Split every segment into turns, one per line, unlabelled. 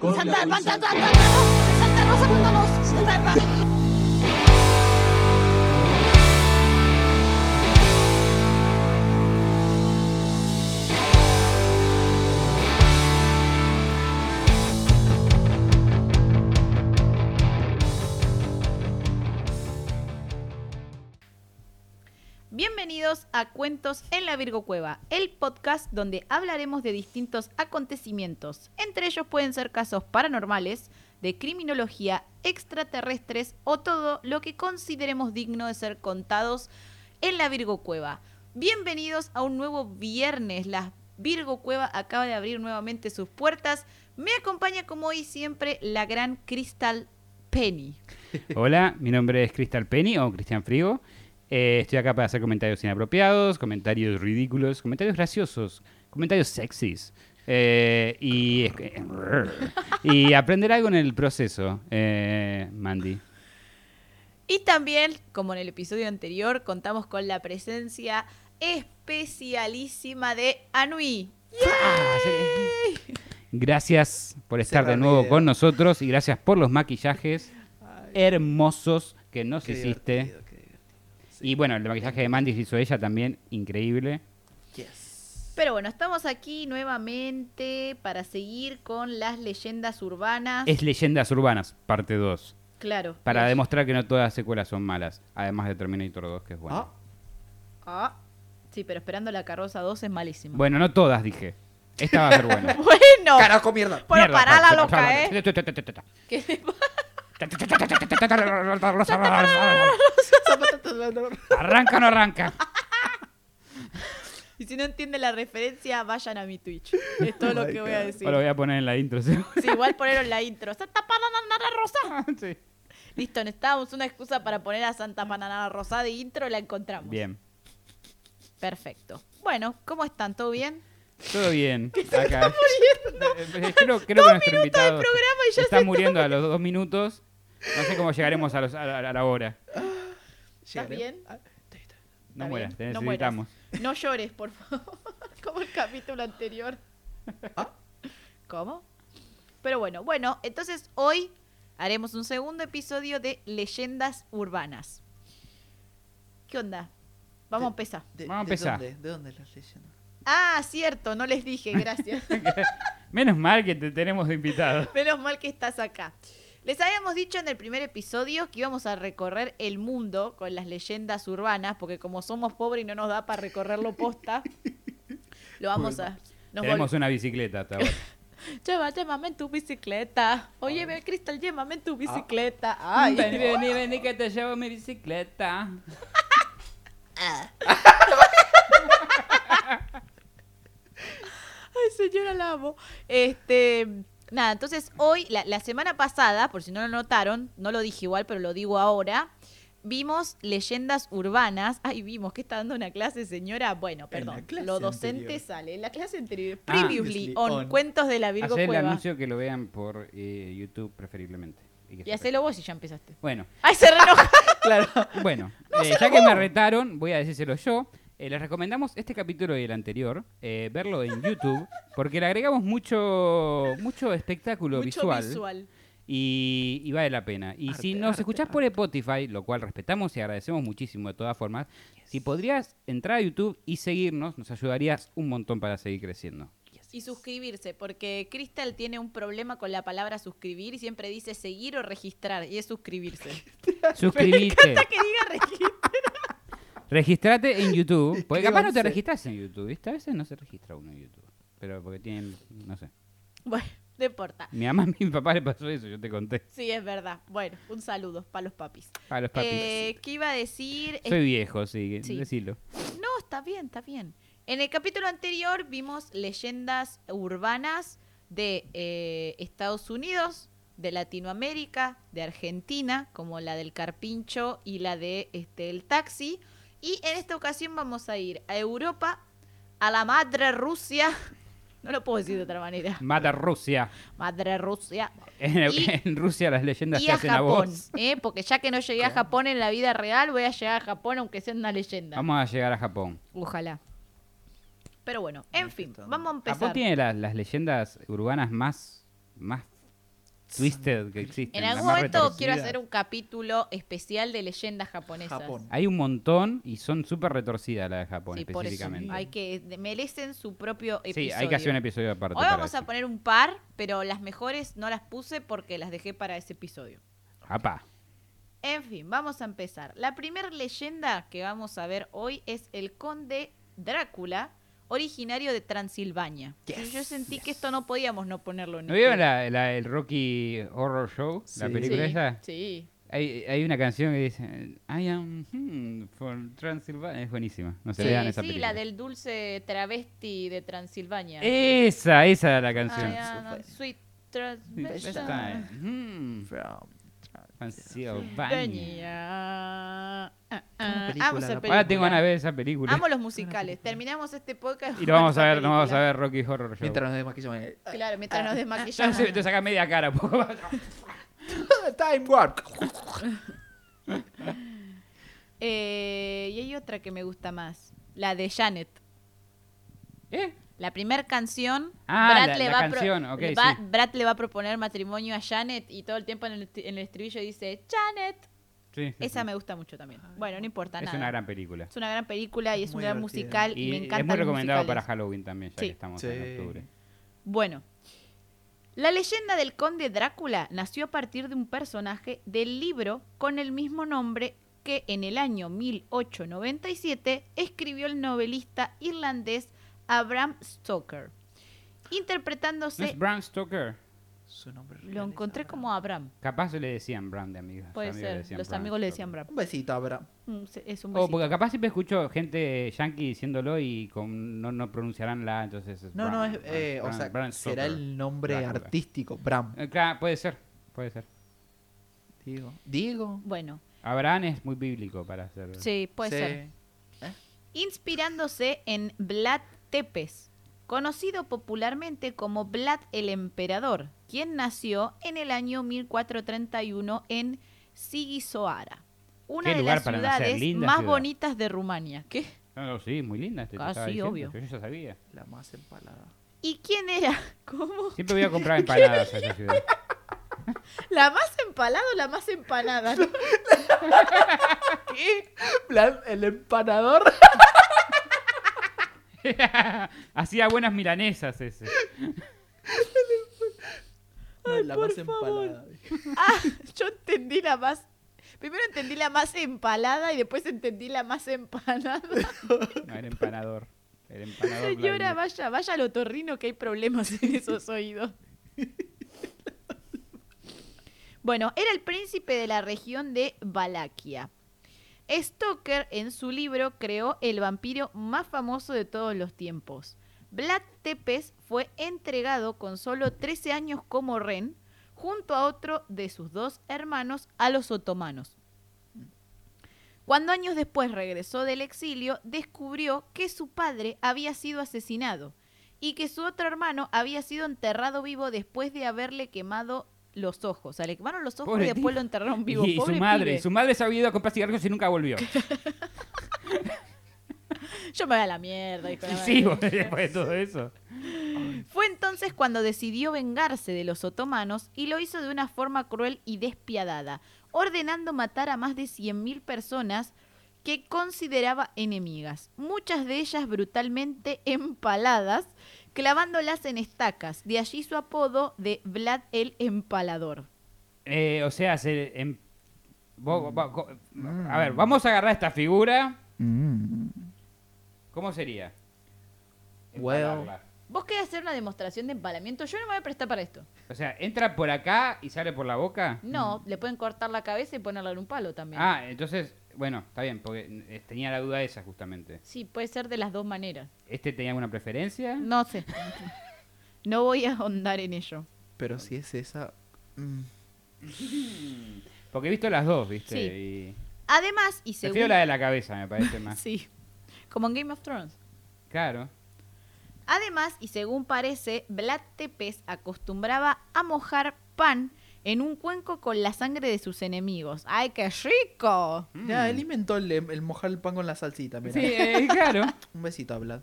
Con la
Santa, Santa,
Rosa.
Santa, Santa, Santa Rosa, mándanos. Santa Rosa.
Bienvenidos a Cuentos en la Virgo Cueva, el podcast donde hablaremos de distintos acontecimientos. Entre ellos pueden ser casos paranormales, de criminología, extraterrestres o todo lo que consideremos digno de ser contados en la Virgo Cueva. Bienvenidos a un nuevo viernes. La Virgo Cueva acaba de abrir nuevamente sus puertas. Me acompaña como hoy siempre la gran Crystal Penny.
Hola, mi nombre es Cristal Penny o Cristian Frigo. Eh, estoy acá para hacer comentarios inapropiados, comentarios ridículos, comentarios graciosos, comentarios sexys. eh, y, es que- y aprender algo en el proceso, eh, Mandy.
Y también, como en el episodio anterior, contamos con la presencia especialísima de Anui.
Gracias por estar
Cerra
de nuevo
video.
con nosotros y gracias por los maquillajes hermosos que nos
Qué
hiciste.
divertido, qué divertido.
Y bueno, el maquillaje de Mandy se hizo ella también, increíble.
Yes.
Pero bueno, estamos aquí nuevamente para seguir con las leyendas urbanas.
Es Leyendas Urbanas, parte 2.
Claro.
Para
Ley-
demostrar que no todas las secuelas son malas, además de Terminator 2, que es bueno.
Ah,
Ah, sí, pero esperando la carroza 2 es malísimo.
Bueno, no todas, dije. Esta va a ser buena.
Bueno,
Ah. carajo, mierda.
bueno,
Mierda,
pará la
pa-
loca,
pa-
¿eh? ¿Qué te
Arranca o no arranca.
Y si no entiende la referencia, vayan a mi Twitch. Es todo lo que voy a decir.
Ahora voy a poner en la intro. ¿sí?
Sí, igual ponieron la intro. Santa Pananara Rosa.
Sí.
Listo, necesitábamos una excusa para poner a Santa Pananara Rosa de intro, la encontramos.
Bien.
Perfecto. Bueno, ¿cómo están? ¿Todo bien?
Todo bien. Acá. Eh, Creo, creo que nuestro invitado
del programa y ya
está
se-
muriendo a los dos minutos. No sé cómo llegaremos a, los- a la, a la hora.
¿Estás bien?
Ah,
No
Está
mueras, te
bien, no mueras.
necesitamos.
No llores, por favor. Como el capítulo anterior. ¿Cómo? Pero bueno, bueno, entonces hoy haremos un segundo episodio de Leyendas Urbanas. ¿Qué onda? Vamos a empezar.
¿De,
Vamos a
de
empezar.
dónde? ¿De dónde las leyendas?
Ah, cierto, no les dije, gracias.
Menos mal que te tenemos de invitado.
Menos mal que estás acá. Les habíamos dicho en el primer episodio que íbamos a recorrer el mundo con las leyendas urbanas, porque como somos pobres y no nos da para recorrerlo posta, lo vamos a... Nos
Tenemos una bicicleta hasta ahora.
vol- Lleva, llévame en tu bicicleta. Oye, ve, Cristal, llévame en tu bicicleta.
Ah,
Ay,
vení, vení que te llevo mi bicicleta.
Ay, señora, la amo. Este, nada, entonces hoy, la, la semana pasada, por si no lo notaron, no lo dije igual, pero lo digo ahora, vimos leyendas urbanas. Ay, vimos que está dando una clase, señora. Bueno,
En la
perdón,
clase
lo docente
anterior.
sale. En la clase anterior,
Ah.
previously, on,
On.
cuentos de la Virgo
Hacé el
Cueva.
anuncio que lo vean por eh, YouTube preferiblemente. que
Y
se
hacelo vos si ya empezaste.
re- Bueno,
Ay, se re enoja.
Claro.
bueno. eh, ya que me retaron, voy a decírselo yo. Eh, les recomendamos este capítulo y el anterior, eh, verlo en YouTube, porque le agregamos mucho, mucho espectáculo
Mucho
visual,
visual.
Y, y vale la pena. Y si
Arte,
nos
arte,
escuchás por Spotify, lo cual respetamos y agradecemos muchísimo de todas formas, si podrías entrar a YouTube y seguirnos, nos ayudarías un montón para seguir creciendo.
Y suscribirse, porque Crystal tiene un problema con la palabra suscribir y siempre dice seguir o registrar, y es suscribirse.
Suscribite.
Hasta que diga registrar.
Registrate en YouTube. Porque capaz no te
Inscríbanse.
registras en YouTube, ¿viste? A veces no se registra uno en YouTube. Pero porque tienen, no sé.
Bueno, no importa.
Mi mamá y mi papá le pasó eso, yo te conté.
Sí, es verdad. Bueno, un saludo para los papis.
A los papis.
Eh, ¿Qué iba a decir?
Soy viejo, sí,
sí.
decilo.
No, está bien, está bien. En el capítulo anterior vimos leyendas urbanas de eh, Estados Unidos, de Latinoamérica, de Argentina, como la del carpincho y la de este, el taxi. Y en esta ocasión vamos a ir a Europa, a la madre Rusia. No lo puedo decir de otra manera.
Mata Rusia.
Madre Rusia.
En,
Y-
en Rusia las leyendas
y
se
a
hacen a
Japón,
vos.
¿eh? porque ya que no llegué a Japón en la vida real, voy a llegar a Japón aunque sea una leyenda.
Vamos a llegar a Japón.
Ojalá. Pero bueno, en fin,
está.
vamos a
Japón
empezar.
tiene las, las leyendas urbanas más, más twisted que existen.
En
las
algún
más
momento quiero
retorcidas.
hacer un capítulo especial de leyendas japonesas.
Japón.
Hay un montón y son súper retorcidas las de Japón
Sí, por eso.
específicamente.
Hay que, merecen su propio episodio.
sí, hay que hacer un episodio aparte.
Hoy
para
vamos
eso.
a poner un par, pero las mejores no las puse porque las dejé para ese episodio.
Apa.
En fin, vamos a empezar. La primera leyenda que vamos a ver hoy es el conde Drácula, originario de Transilvania.
Yes.
Yo sentí que esto no podíamos no ponerlo en
¿No
este-
vieron la- la- el Rocky Horror Show? La
Sí.
película
sí,
esa.
Sí.
Hay, hay una canción que dice I am hmm, from Transylvania. Es buenísima. No se
Sí,
vean esa
sí,
película. Eh,
la del dulce travesti de Transilvania.
Esa, esa era la
I
canción.
am a sweet
Time.
transvestite.
Hmm,
From-
Transylvania.
Ah, ah,
Una película,
Amo esa
la-
Ahora tengo
película.
ganas de ver esa película.
Amo los musicales. Terminamos este podcast.
Y lo vamos a
con esa
ver, lo vamos a Ah,
película. Ah.
ver Rocky Horror Show.
Mientras nos desmaquillamos. eh,
Claro, mientras nos
Ya
desmaquillamos.
se- te saca media cara. po.
Time Warp.
Eh, y hay otra que me gusta más. La de Janet.
¿Eh?
La primera canción.
Ah,
Brad
la-
le
la
va a pro-
canción, ok,
le va-
sí.
Brad le va a proponer matrimonio a Janet y todo el tiempo en el, en el estribillo dice Janet.
Sí, sí,
Esa
sí.
me gusta mucho también. Bueno, no importa
Es
nada.
una gran película.
Es una gran película y
Ah, Es
es
muy
un gran
divertida.
musical y,
Y
me encanta.
es muy recomendado para Halloween también, ya
Sí.
que estamos
Sí.
en octubre.
Bueno, la leyenda del conde Drácula nació a partir de un personaje del libro con el mismo nombre que en el año 1897 escribió el novelista irlandés Abraham Stoker,
¿No
interpretándose...
es Bram Stoker?
Su nombre real
lo
es
encontré
Abraham.
como Abraham.
Capaz le decían Bram de amigos.
Puede
amigos le
ser,
decían
los
Bram
amigos le
Stoker.
decían Bram.
Un besito, Abraham.
Mm, se- Es un
O
besito.
Oh, porque capaz siempre escucho gente yankee diciéndolo y con, no, no pronunciarán la, entonces es
No,
Bram,
no, es,
Bram,
eh, o
Bram,
sea,
Bram
será
Stoker.
el nombre
Drácula.
artístico, Bram.
Eh, claro, puede ser, puede ser.
Digo. Diego.
Bueno,
Abraham es muy bíblico para hacer.
sí, puede
Sí.
ser. inspirándose en Vlad Tepes, conocido popularmente como Vlad el Emperador, quien nació en el año 1431 en Sigisoara, una
Qué
de
lugar
las
para nacer,
ciudades
linda
más
ciudad.
bonitas de Rumania. ¿Qué?
No, no, sí, muy linda. Este, te
Ah,
estaba
sí,
diciendo,
obvio.
Yo ya sabía.
La más empalada.
¿Y quién era? ¿Cómo?
Siempre voy a comprar empanadas a esa ciudad.
¿La más empalada o la más empanada? No,
¿Qué? Blan- el empanador.
Hacía buenas milanesas ese.
No, la
por
más
favor.
empalada.
Ah, yo entendí la más... Primero entendí la más empalada y después entendí la más empanada.
No, el empanador. El empanador.
Señora,
Vladimir.
vaya, vaya al otorrino que hay problemas en esos oídos. Bueno, era el príncipe de la región de Valaquia. Stoker en su libro creó el vampiro más famoso de todos los tiempos. Vlad Tepes fue entregado con solo 13 años como rehén junto a otro de sus dos hermanos a los otomanos. Cuando años después regresó del exilio, descubrió que su padre había sido asesinado y que su otro hermano había sido enterrado vivo después de haberle quemado los ojos. O sea, le quemaron los ojos
Pobre
y después
tipo.
lo enterraron vivo.
y, y su
Pobre
madre,
pibe.
su madre se había ido a comprar cigarrillos y nunca volvió.
Yo me voy a la mierda. dijo la
Y
madre.
sí, boludo, después de todo eso.
Fue entonces cuando decidió vengarse de los otomanos y lo hizo de una forma cruel y despiadada, ordenando matar a más de 100.000 personas que consideraba enemigas, muchas de ellas brutalmente empaladas, clavándolas en estacas, de allí su apodo de Vlad el Empalador.
Eh, o sea, se, em- vo- vo- co- a ver, vamos a agarrar esta figura.
Mm.
¿Cómo sería?
Well.
Empalarla.
¿Vos querés hacer una demostración de empalamiento? Yo no me voy a prestar para esto.
O sea, entra por acá y sale por la boca.
No, le pueden cortar la cabeza y ponerla en un palo también.
Ah, entonces, bueno, está bien, porque eh, tenía la duda esa justamente.
Sí, puede ser de las dos maneras.
¿Este tenía alguna preferencia?
No sé. No voy a ahondar en ello.
Pero si es esa. mm,
Porque he visto las dos, ¿viste?
Sí.
Y
Además, y según...
Prefiero la de la cabeza, me parece más.
Sí, como en Game of Thrones.
Claro.
Además, y según parece, Vlad Tepes acostumbraba a mojar pan en un cuenco con la sangre de sus enemigos. ¡Ay, qué rico!
Mm.
Ya, él inventó el, em, el mojar el pan con la salsita, mira.
Sí, eh, claro.
Un besito a Vlad.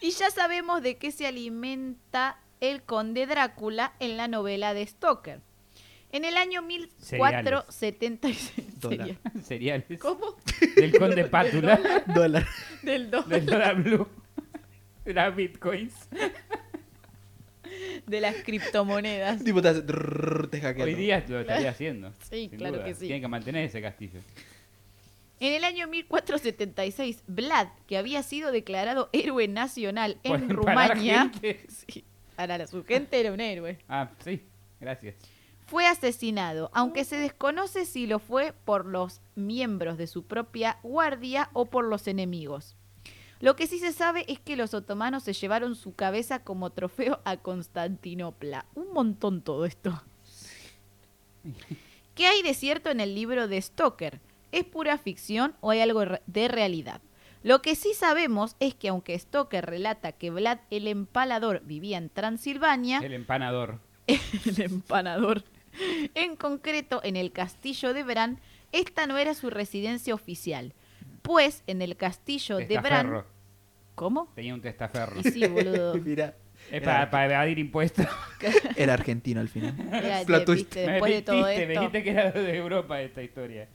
Y ya sabemos de qué se alimenta el conde Drácula en la novela de Stoker. En el año 1476.
Dólar.
Sería-
Cereales.
¿Cómo?
Del conde Pátula.
Dólar.
Del dólar.
Del dólar blue. Era bitcoins.
De las criptomonedas.
tipo te hace. trrr, te hackea
Hoy
todo.
día lo estaría haciendo.
Sí,
sin
claro
duda.
que sí.
Tienen que mantener ese castillo.
En el año 1476, Vlad, que había sido declarado héroe nacional en
Pueden parar
Rumania,
gente.
sí, para la- su gente era un héroe,
Ah, sí. Gracias.
fue asesinado, aunque se desconoce si lo fue por los miembros de su propia guardia o por los enemigos. Lo que sí se sabe es que los otomanos se llevaron su cabeza como trofeo a Constantinopla. Un montón todo esto. ¿Qué hay de cierto en el libro de Stoker? ¿Es pura ficción o hay algo re- de realidad? Lo que sí sabemos es que aunque Stoker relata que Vlad el Empalador vivía en Transilvania,
El empanador.
el empanador. En concreto, en el castillo de Bran, esta no era su residencia oficial. Pues en el castillo de Bran.
Testaferro.
¿Cómo?
Tenía un testaferro.
Y sí, boludo.
Mira.
Es para, para evadir impuestos.
Era argentino al final.
Era,
Plot twist.
viste, después de todo
mentiste, me
esto.
dijiste que era de Europa esta historia.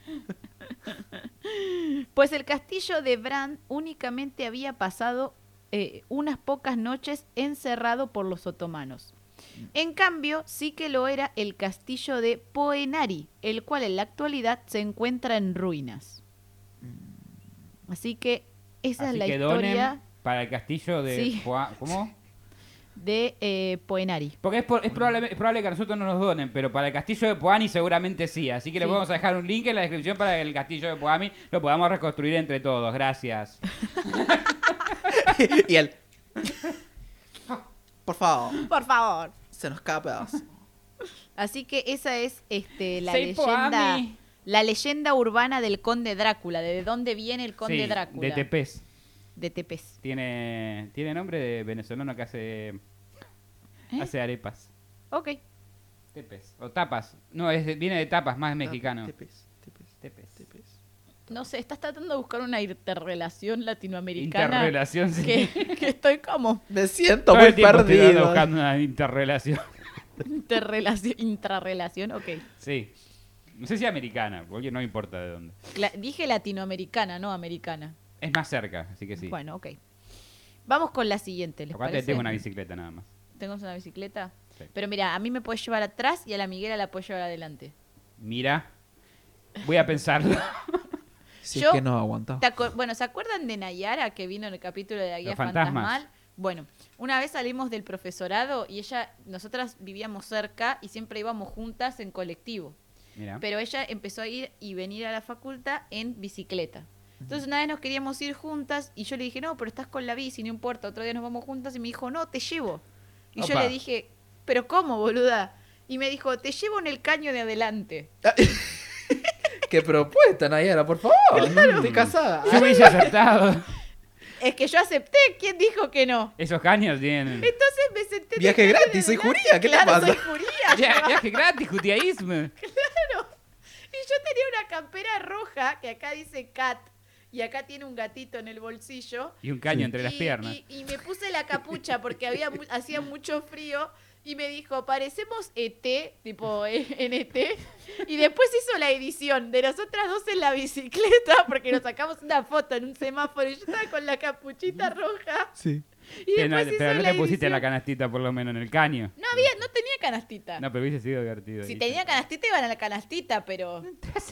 Pues el castillo de Bran únicamente había pasado eh, unas pocas noches encerrado por los otomanos.
Mm.
En cambio, sí que lo era el castillo de Poenari, el cual en la actualidad se encuentra en ruinas. Así que esa
Mm. Así
es la
que
historia
donen para el castillo de
Sí.
Joa- ¿Cómo?
de eh, Poenari.
Porque es, por- es probable, es probable que a nosotros no nos donen, pero para el castillo de Poani seguramente sí. Así que les
Sí.
vamos a dejar un link en la descripción para que el castillo de Poani lo podamos reconstruir entre todos. Gracias.
y él. Por favor,
Por favor.
se nos escapa.
Así que esa es este, la
Sei
leyenda.
Poami.
La leyenda urbana del conde Drácula, de dónde viene el conde
Sí,
Drácula.
De Tepes.
De Tepes.
Tiene, tiene nombre de venezolano que hace,
¿Eh?
hace arepas.
Ok.
Tepes. O tapas. No, es de- viene de tapas, más
Ah,
mexicano.
Tepes, tepes,
Tepes.
tepes.
No sé, estás tratando de buscar una interrelación latinoamericana.
Interrelación, sí.
Que, que estoy como
Me siento
Todo
muy
el tiempo estoy dando-
perdido.
buscando una interrelación.
interrelación, intrarrelación, ok.
Sí. No sé si americana, porque no importa de dónde.
La- dije latinoamericana, no americana.
Es más cerca, así que sí.
Bueno, ok. Vamos con la siguiente, ¿les
Aparte
parece?
tengo una bicicleta nada más.
¿Tengo una bicicleta?
Sí.
Pero mira, a mí me puedes llevar atrás y a la Miguela la puedes llevar adelante.
Mira, voy a pensarlo.
Si
Yo-
es que no aguantó.
¿Te acuer- bueno, ¿se acuerdan de Nayara que vino en el capítulo de la guía
Ah. Los fantasmas.
fantasmal? Bueno, una vez salimos del profesorado y ella, nosotras vivíamos cerca y siempre íbamos juntas en colectivo.
¿Ah?
Mira.
Pero ella empezó a ir y venir a la facultad en bicicleta. Entonces una vez nos queríamos ir juntas y yo le dije, no, pero estás con la bici, no importa, otro día nos vamos juntas y me dijo, no, te llevo. Y yo
Opa.
le dije, pero ¿cómo, boluda? Y me dijo, te llevo en el caño de adelante.
Ah, ¿Qué propuesta, Nayara? Por favor. Estoy casada.
Yo hubiese acertado.
Es que yo acepté, ¿quién dijo que no?
Esos caños tienen...
Entonces me senté... en el
Viaje
caño de
gratis, soy
adelante.
judía, ¿qué te
claro,
pasa?
soy judía.
Via- viaje gratis, judaísmo.
Y yo tenía una campera roja que acá dice Cat y acá tiene un gatito en el bolsillo.
Y un caño
Sí.
entre las
y,
piernas.
y- y me puse la capucha porque había mu- hacía mucho frío y me dijo, parecemos ET, tipo eh, en ET. Y después hizo la edición de nosotras dos en la bicicleta porque nos sacamos una foto en un semáforo y yo estaba con la capuchita roja.
Sí.
Y
Pero no-
después hizo
pero no
la
te pusiste
edición.
la canastita, por lo menos, en el caño.
No había, no tenía canastita.
No, pero hubiese sido divertido.
si
ahí.
tenía canastita iban a la canastita, pero...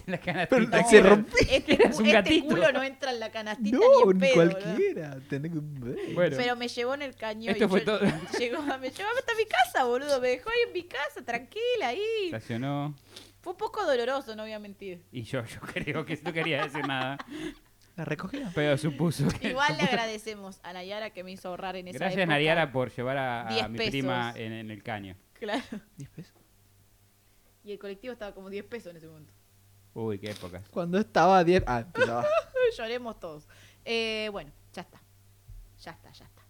En la canastita.
Pero se rompió.
Este,
Eras
cu-
un
este
gatito.
culo no entra en la canastita ni
No,
en
ni
pedo, boludo.
cualquiera. Tenés que-
Bueno,
Pero me llevó en el cañón. y
Esto este fue
yo-
todo.
Llegó, me llevó hasta mi casa, boludo. Me dejó ahí en mi casa, tranquila, ahí.
estacionó.
Fue un poco doloroso, no voy a mentir.
Y yo, yo creo que no quería decir nada.
La recogida.
Pero supuso que...
Igual le agradecemos a Nayara que me hizo ahorrar en esa
Gracias,
época.
Nariara, por llevar a, a
10
mi prima
pesos.
en, en el caño.
Claro.
¿Diez pesos?
Y el colectivo estaba como 10 pesos en ese momento.
Uy, qué época.
Cuando estaba a 10. Ah, empezaba.
Lloremos todos. Eh, bueno, ya está. Ya está, ya está.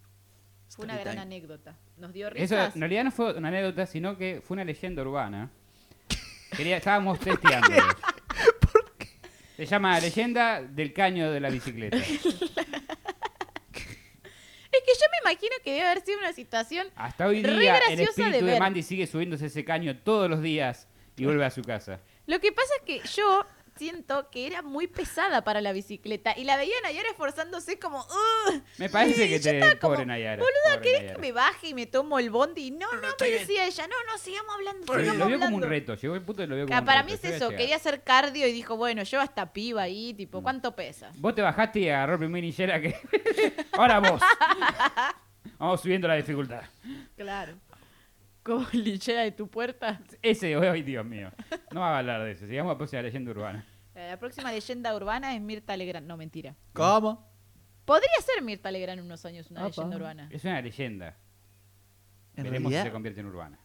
Fue una
Story
gran
time.
anécdota. Nos dio
Eso
risas.
en realidad no fue una anécdota, sino que fue una leyenda urbana. Quería- estábamos testeando. Se llama Leyenda del Caño de la Bicicleta.
Es que yo me imagino que debe haber sido una situación.
Hasta hoy
Re
día
graciosa
el
de
espíritu de,
ver.
Mandy sigue subiéndose ese caño todos los días y vuelve a su casa.
Lo que pasa es que yo siento que era muy pesada para la bicicleta y la veía a Nayara esforzándose como. "Ugh".
Me parece
Y
que
yo
te...
estaba como,
Pobre Nayara.
Boluda,
pobre
¿querés que
Nayara.
me baje y me tomo el bondi? No, no, me decía ella. No, no, sigamos hablando. Sigamos
Lo vio
hablando.
como un reto. Llegó el punto de lo vio
Ah,
como un
para
reto.
mí es
Yo voy a
eso,
llegar.
quería hacer cardio y dijo, bueno, yo hasta piba ahí,
Mm.
tipo, ¿cuánto pesa?
Vos te bajaste y agarró el primer ninjera que... Ahora vos. Vamos subiendo la dificultad.
Claro. Como linchera de tu puerta.
Ese, hoy, Dios mío. No va a hablar de eso. Sigamos a la próxima leyenda urbana.
Eh, La próxima leyenda urbana es Mirta Legrand. No, mentira.
¿Cómo?
Podría ser Mirta Legrand en unos años una
Apa.
leyenda urbana.
Es una leyenda.
En
Veremos si se
realidad,
convierte en urbana.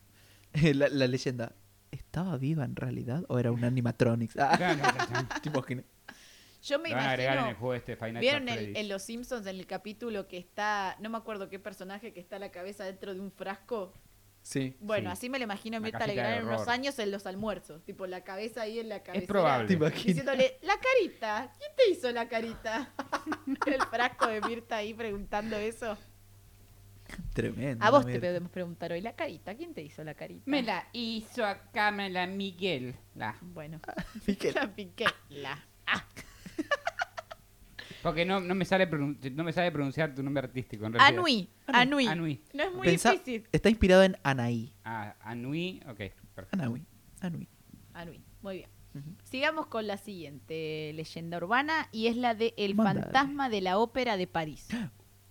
la, la leyenda. ¿Estaba viva en realidad o era un animatronics? Ah,
Claro, claro, claro.
te imaginas.
Yo me
Lo van a agregar en el
imagino.
juego este Final
¿Vieron el- en Los Simpsons en el capítulo que está, no me acuerdo qué personaje que está la cabeza dentro de un frasco?
Sí.
Bueno,
Sí.
así me lo imagino a
Una
Mirta
cajita de
Legrand en unos
horror.
años en los almuerzos. Tipo la cabeza ahí en la cabeza.
Es probable.
Te imaginas.
Diciéndole, la carita, ¿quién te hizo la carita? El frasco de Mirta ahí preguntando eso.
Tremendo.
A vos te
Mirta.
podemos preguntar hoy, la carita, ¿quién te hizo la carita?
la hizo acá, me la Miguel. La.
Bueno,
Piqué.
la piqué. La.
Porque no, no, me sale pronun- no me sabe pronunciar tu nombre artístico en realidad.
Anui, Anui.
Anui.
No es muy
Pensá-
difícil.
Está inspirado en Anaí.
Ah, Anui, ok. perfecto.
Anaí. Anui.
Anui, muy bien.
Ujú.
Sigamos con la siguiente leyenda urbana y es la de El
Mandale.
fantasma de la ópera de París.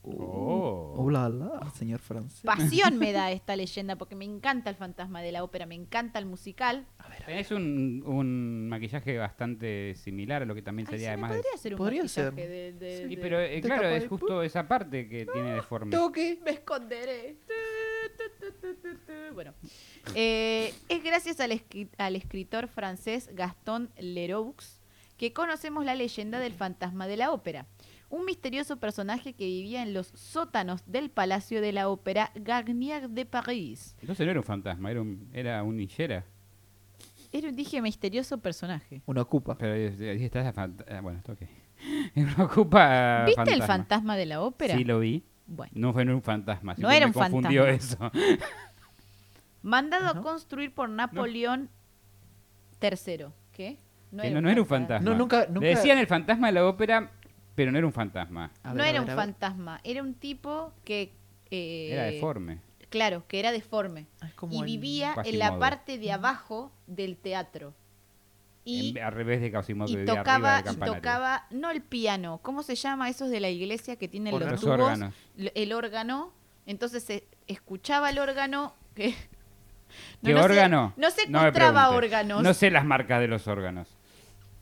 Oh.
Hola, hola, señor francés.
Pasión me da esta leyenda porque me encanta el fantasma de la ópera, me encanta el musical.
Tenés un, un maquillaje bastante similar a lo que también
Ay,
sería
se me
además de...
podría hacer un
Podría
maquillaje
ser.
de- de-
Y
de-
pero eh,
Te
claro,
tapa
es
de
justo esa parte que tiene deforme.
Toque.
Me esconderé. Tu, tu, tu, tu, tu. Bueno, Eh, es gracias al, escri- al escritor francés Gaston Leroux que conocemos la leyenda del fantasma de la ópera, un misterioso personaje que vivía en los sótanos del Palacio de la Ópera Garnier de París.
Entonces no era un fantasma, era un, era un ninjera.
Era un dije misterioso personaje.
Uno ocupa.
Pero eh, ahí está esa fanta- ah, Bueno, está ok. Me ocupa
¿Viste el fantasma de la ópera?
Ah, Sí, lo vi.
Bueno.
No fue un fantasma.
No
siempre
era
me
un
confundió eso.
Mandado
Ajá.
a construir por Napoleón III. ¿Qué?
Que No, no era un fantasma.
No, nunca- nunca-
Le decían el fantasma de la ópera, pero no era un fantasma.
A ver,
no
a
era
ver,
un
a ver.
fantasma, era un tipo que... eh,
Era deforme.
Claro, que era deforme.
Ah, es como
Y
el-
vivía en
Quasimodo.
la parte de abajo del teatro. Y,
En- al revés de Cosimo
y
que vivía arriba
tocaba,
del
y
campanario.
tocaba, no el piano, ¿cómo se llama esos de la iglesia que tienen los,
Órganos. Los
tubos?
órganos.
L- El órgano. Entonces se escuchaba el órgano que...
¿Qué
no sé-
órgano?
no
se
secuestraba órganos.
No sé las marcas de los órganos.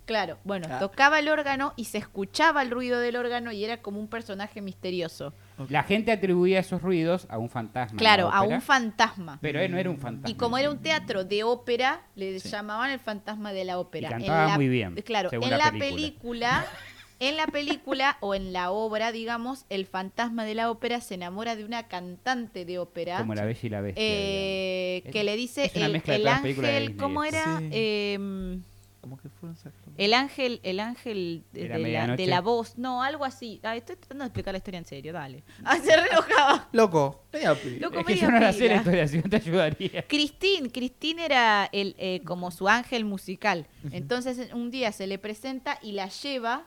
Claro, bueno,
Ah.
tocaba el órgano y se escuchaba el ruido del órgano y era como un personaje misterioso.
Ok.
La gente atribuía esos ruidos a un fantasma. en la
Claro, a
ópera,
un fantasma.
Pero él no era un fantasma.
Y como era un teatro de ópera, le
Sí.
llamaban el fantasma de la ópera.
Y cantaba muy bien,
Claro,
según
en
la
la,
película.
película. en la película o en la obra, digamos, el fantasma de la ópera se enamora de una cantante de ópera.
Como la bella y la bestia.
eh,
digamos.
que
Es-
le dice
es una
el,
mezcla de
el
todas las películas de
ángel,
Disney,
¿cómo
eso.
era?
Sí.
Em,
Como que fueron sacando.
el ángel, el ángel de, de
De la
la, de
medianoche.
la voz, no, algo así. Ay, estoy tratando de explicar la historia en serio, dale. Ah, se re enojaba.
Loco. no iba a pedir.
Loco.
Es que
comedia
yo no la sé la
pila.
historia, si no te ayudaría.
Cristín, Cristín era el, eh, como su ángel musical. Entonces un día se le presenta y la lleva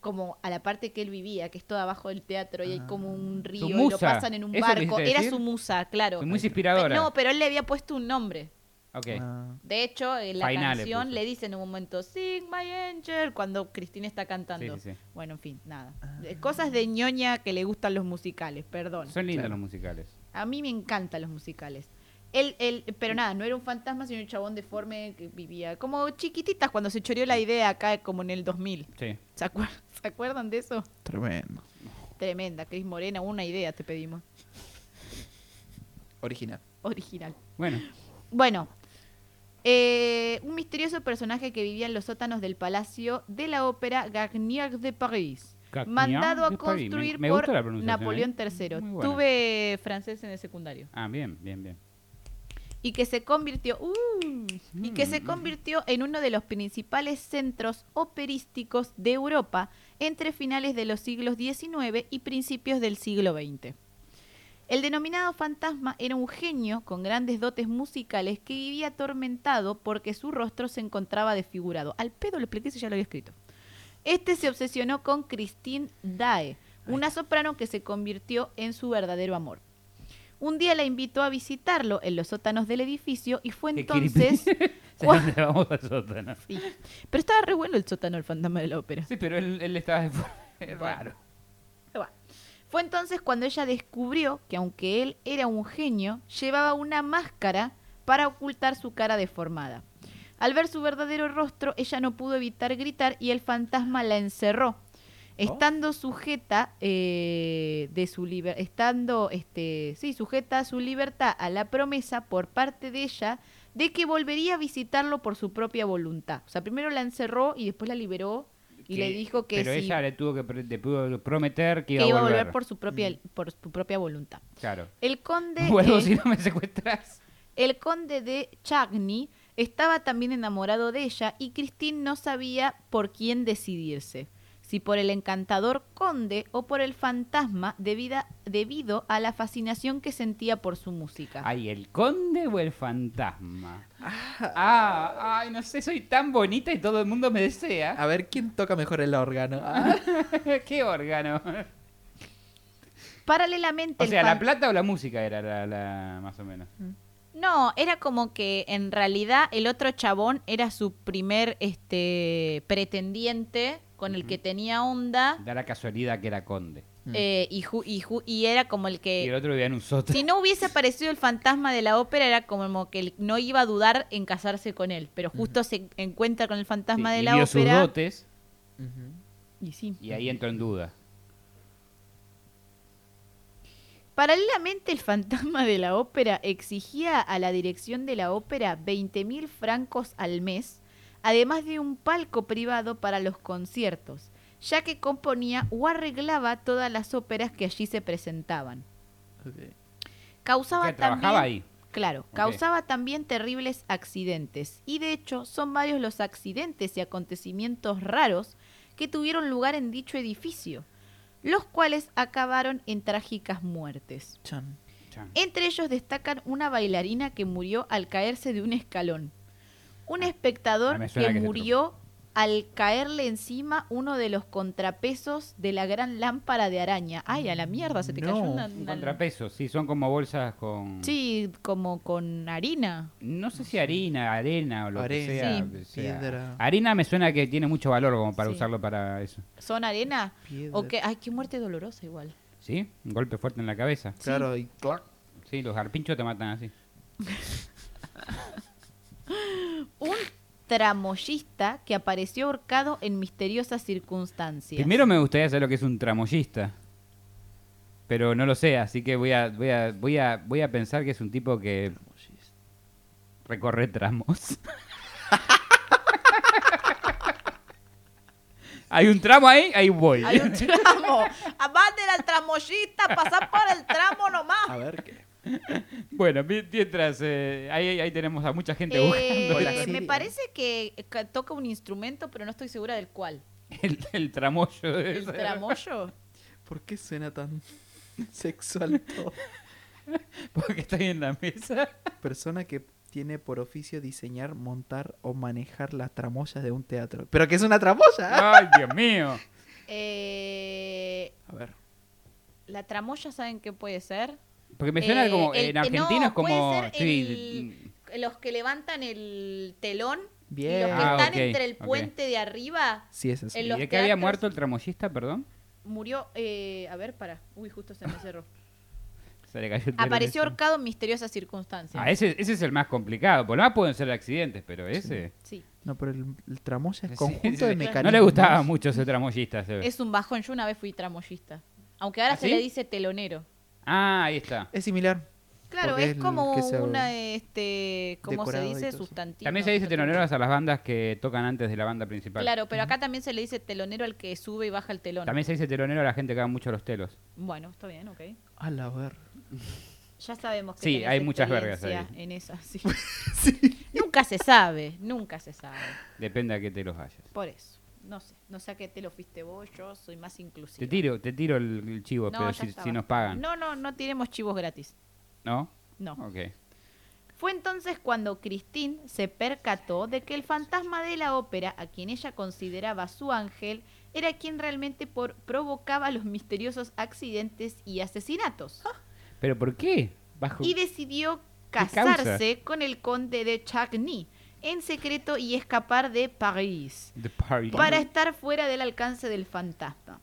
como a la parte que él vivía, que es todo abajo del teatro y hay
Ah.
como un río
Su
y lo
musa.
pasan en un
¿Eso
barco.
quisiste
Era
decir?
su musa, claro.
Soy muy
Pe-
inspiradora.
No, pero él le había puesto un nombre.
Ok.
Ah,
De hecho, en la
Fainá le
canción
puso.
le dice en un momento Sing my angel cuando Cristín está cantando.
Sí, Ah. sí, sí.
Bueno, en fin, nada. Eh, Cosas de ñoña que le gustan los musicales, perdón.
Son lindos
Claro.
los musicales.
A mí me encantan los musicales. El, el, pero nada, no era un fantasma, sino un chabón deforme que vivía como chiquititas cuando se choreó la idea acá como en el 2000.
Sí.
¿Se, acuer- se acuerdan de eso?
tremendo.
Tremenda, Cris Morena, una idea te pedimos.
Original.
Original.
Bueno,
Bueno, eh, un misterioso personaje que vivía en los sótanos del Palacio de la Ópera Garnier de París.
Garnier
mandado a
de París. Me-
construir
me
por
gusta la pronunciación,
Napoleón
¿eh?
III.
Muy buena.
Tuve francés en el secundario.
ah, bien, bien, bien.
y que se convirtió ¡Uh! y que se
Mm.
convirtió en uno de los principales centros operísticos de Europa entre finales de los siglos XIX y principios del siglo XX. El denominado fantasma era un genio con grandes dotes musicales que vivía atormentado porque su rostro se encontraba desfigurado. Al pedo lo expliqué si ya lo había escrito. Este se obsesionó con Christine Dae, una soprano que se convirtió en su verdadero amor. Un día la invitó a visitarlo en los sótanos del edificio y fue
Qué
entonces...
O sea, nos vamos al sótano.
Sí. Pero estaba re bueno el sótano del fantasma de la ópera.
Sí, pero él, él estaba de forma- es raro.
Bueno. Fue entonces cuando ella descubrió que aunque él era un genio, llevaba una máscara para ocultar su cara deformada. Al ver su verdadero rostro, ella no pudo evitar gritar y el fantasma la
¿Oh?
encerró, estando sujeta eh, de su liber- estando este sí sujeta a su libertad a la promesa por parte de ella de que volvería a visitarlo por su propia voluntad. O sea, primero la encerró y después la liberó y le
Que-
dijo que
Pero
si
ella le tuvo que pre- le pudo prometer que
que
iba, a volver. Mm.
por su propia por su propia voluntad.
Claro.
El conde
Vuelvo
eh,
si no me secuestras.
el conde de Chagny estaba también enamorado de ella y Christine no sabía por quién decidirse, si por el encantador conde o por el fantasma debida- debido a la fascinación que sentía por su música.
Ay, ¿el conde o el fantasma? Ah, ay, no sé, soy tan bonita y todo el mundo me desea.
A ver quién toca mejor el órgano. Ah,
¿Qué órgano?
Paralelamente
O
el
sea,
fan-
la plata o la música era la, la- más o menos.
No, era como que en realidad el otro chabón era su primer este pretendiente con el que tenía onda.
Da la casualidad que era conde.
Eh, y, ju- y, ju- y era como el
Y el
que...
otro vivía en un sótano.
Si no hubiese aparecido el fantasma de la ópera, era como que él no iba a dudar en casarse con él. Pero justo se encuentra con el fantasma
Mm. Sí,
de
y
la
vio sus
ópera.
dotes
ujú.
Y sí.
y ahí entró en duda.
Paralelamente, el fantasma de la ópera exigía a la dirección de la ópera 20 mil francos al mes, además de un palco privado para los conciertos, ya que componía o arreglaba todas las óperas que allí se presentaban.
Ok.
Causaba
O sea, trabajaba
también-
ahí.
Claro,
Ok.
causaba también terribles accidentes. Y de hecho, son varios los accidentes y acontecimientos raros que tuvieron lugar en dicho edificio, los cuales acabaron en trágicas muertes.
Chan.
Chan.
Entre ellos destacan una bailarina que murió al caerse de un escalón, un espectador
Ah, me
que,
suena que es otro.
murió al caerle encima uno de los contrapesos de la gran lámpara de araña. Ay, a la mierda, se te cayó
No,
una-
Un
una,
contrapeso, sí, son como bolsas con...
Sí, como con harina.
No sé si harina, arena o lo
Arena,
que sea.
Sí.
o sea,
piedra.
Harina me suena que tiene mucho valor como para
Sí.
usarlo para eso.
¿Son arena?
Piedra.
O que, ay, qué muerte dolorosa igual.
¿Sí? Un golpe fuerte en la cabeza.
Claro, y clac.
Sí, los garpinchos te matan así.
Un tramoyista que apareció ahorcado en misteriosas circunstancias.
Primero me gustaría saber lo que es un tramoyista. Pero no lo sé, así que voy a, voy a, voy a, voy a pensar que es un tipo que recorre tramos. hay un tramo ahí, ahí voy.
Hay un tramo. Abate al tramoyista, pasá por el tramo nomás.
A ver qué.
Bueno, mi- mientras eh, ahí, ahí tenemos a mucha gente
Eh,
buscando
la
me
Siria.
parece que ca- toca un instrumento, pero no estoy segura del cuál.
el, el tramoyo. de
¿El
esa-
tramoyo?
¿Por qué suena tan sexual todo?
Porque está ahí en la mesa.
Persona que tiene por oficio diseñar, montar o manejar las tramoyas de un teatro. ¿Pero qué es una tramoya? ¿ah?
Ay, Dios mío.
Eh,
A ver.
¿La tramoya saben qué puede ser?
Porque me suena
Eh,
como
el
en
te-
Argentina
no,
es como
puede ser
sí,
el- los que levantan el telón y
Bien.
los que
Ah,
están
ok,
entre el
ok.
puente de arriba
Sí, es eso.
el-
¿Y
los
de qué había
teatros-
muerto el tramoyista, perdón?
murió eh, a ver para uy justo se me cerró
Se le cayó el pelo
apareció
en eso.
ahorcado en misteriosas circunstancias
Ah, ese, ese es el más complicado. Por lo más pueden ser accidentes, pero ese.
sí
No, pero el, el tramoya
Sí,
es conjunto
sí.
de
No
mecanismos.
le gustaba mucho ese tramoyista. se ve.
es un bajón yo una vez fui tramoyista aunque ahora
¿Ah,
se
sí?
le dice telonero
Ah, ahí está.
Es similar.
claro
Porque
es
es el
como
que se-
una este cómo se
decorado y
dice
todo eso.
sustantivo
También se dice teloneros a las bandas que tocan antes de la banda principal.
claro pero acá también se le dice telonero al que sube y baja el telón
También se dice telonero a la gente que haga mucho los telos.
bueno está bien ok
A la ver.
Ya sabemos que
Sí,
tenés
hay muchas
experiencia
vergas ahí.
En esa, sí. Nunca se sabe, nunca se sabe.
Depende a qué telos vayas.
Por eso. no sé, no sé a qué te lo fuiste vos, yo soy más inclusivo.
Te tiro, te tiro el, el
No,
chivo, pero
ya
si,
está,
si nos
basta.
pagan.
No, no, no tiremos chivos gratis.
¿No?
No.
Ok.
Fue entonces cuando Christine se percató de que el fantasma de la ópera, a quien ella consideraba su ángel, era quien realmente por- provocaba los misteriosos accidentes y asesinatos.
Ah. ¿Pero por qué? Bajo...
Y decidió
causa?
casarse con el conde de Chagny en secreto y escapar de París
The party.
para estar fuera del alcance del fantasma.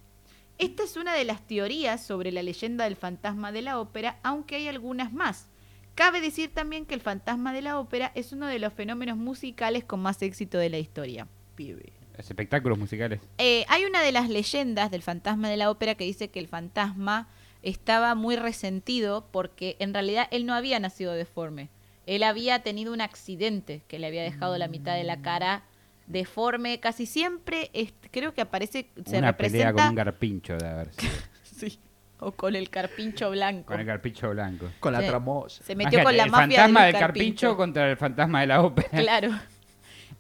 Esta es una de las teorías sobre la leyenda del fantasma de la ópera, aunque hay algunas más. Cabe decir también que el fantasma de la ópera es uno de los fenómenos musicales con más éxito de la historia.
Pibe.
Los espectáculos musicales.
Eh, hay una de las leyendas del fantasma de la ópera que dice que el fantasma estaba muy resentido porque en realidad él no había nacido deforme. Él había tenido un accidente que le había dejado la mitad de
Mm.
la cara deforme. Casi siempre es- creo que aparece, se
Una pelea
representa
con un garpincho, de haber sido.
Sí, o con el carpincho blanco.
con el garpincho blanco.
Con la
Sí.
tramosa.
Se metió con
Imagínate,
la
el
mafia
fantasma
del
del carpincho contra el fantasma de la ópera.
Claro.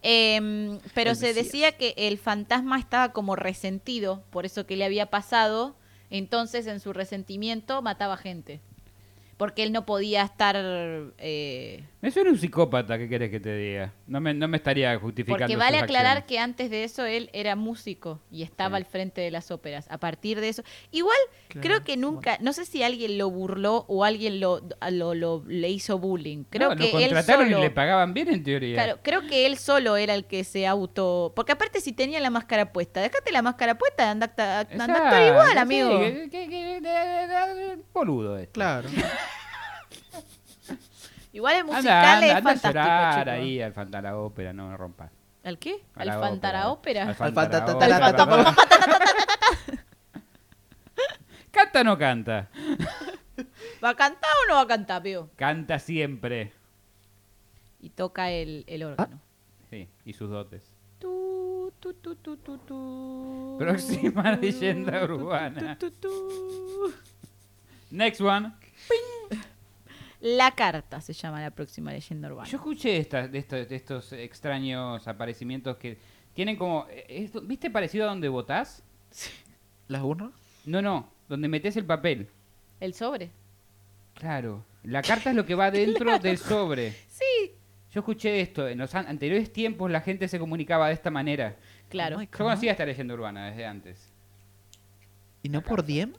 Em, pero
El
se
Mesías.
decía que el fantasma estaba como resentido por eso que le había pasado. Entonces, en su resentimiento, mataba gente. Porque él no podía estar. eh,
Me suena un psicópata, ¿qué querés que te diga? No me, no me estaría justificando
porque vale
sus
aclarar
acciones.
que antes de eso él era músico y estaba
Sí.
al frente de las óperas. A partir de eso. Igual,
Claro,
creo que nunca. No sé si alguien lo burló o alguien lo, lo- lo- le hizo bullying. Creo
No,
que
lo contrataron
él solo...
y le pagaban bien en teoría.
Claro, creo que él solo era el que se auto. Porque aparte, si tenía la máscara puesta, dejate la máscara puesta y anda a acta- anda a actuar
Exacto,
igual,
sí,
amigo.
que- que- que- que- boludo este.
Claro.
Igual el
Anda,
musical
anda,
es
anda a
fantástico.
llorar
chico.
ahí al Fanta la ópera, no no rompa.
¿Al qué?
A
¿Al
la
Fantara ópera?
Al Fanta la
Al
ópera.
Fanta-
¿Canta o no canta?
¿Va a cantar o no va a cantar, pío?
Canta siempre.
Y toca el, el órgano.
Sí, y sus dotes.
Tu, tu, tu, tu, tu, tu.
Próxima leyenda urbana.
Tu, tu.
Next one.
La carta se llama la próxima leyenda urbana.
Yo escuché estas- de, estos, de estos extraños aparecimientos que tienen como... eh, esto- ¿Viste parecido a donde votás?
¿Las urnas?
No, no, donde metes el papel.
¿El sobre?
Claro. La carta es lo que va dentro del sobre.
Sí,
Yo escuché esto. En los an- anteriores tiempos la gente se comunicaba de esta manera.
claro.
Oh my
Yo conocía esta leyenda urbana desde antes.
¿Y no por DM?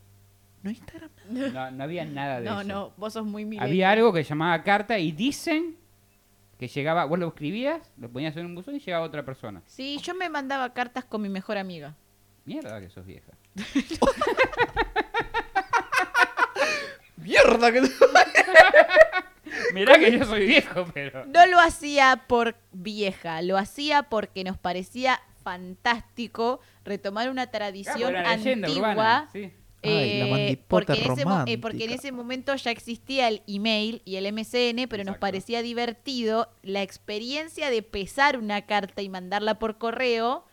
¿No Instagram?
No, no había nada Ah, de
No,
eso.
no, vos sos muy milenio.
Había algo que llamaba carta y dicen que llegaba... Vos lo escribías, lo ponías en un buzón y llegaba otra persona.
Sí, yo me mandaba cartas con mi mejor amiga.
Mierda que sos vieja.
¡Mierda! Que...
Mirá que yo soy viejo, pero...
No lo hacía por vieja, lo hacía porque nos parecía fantástico retomar una tradición
Claro, Ah, era leyenda
antigua.
urbana, sí.
Ay, la
eh,
mandipota
porque, en ese mo- eh, porque en
romántica.
ese momento ya existía el email y el MSN, pero nos
Exacto.
parecía divertido la experiencia de pesar una carta y mandarla por correo.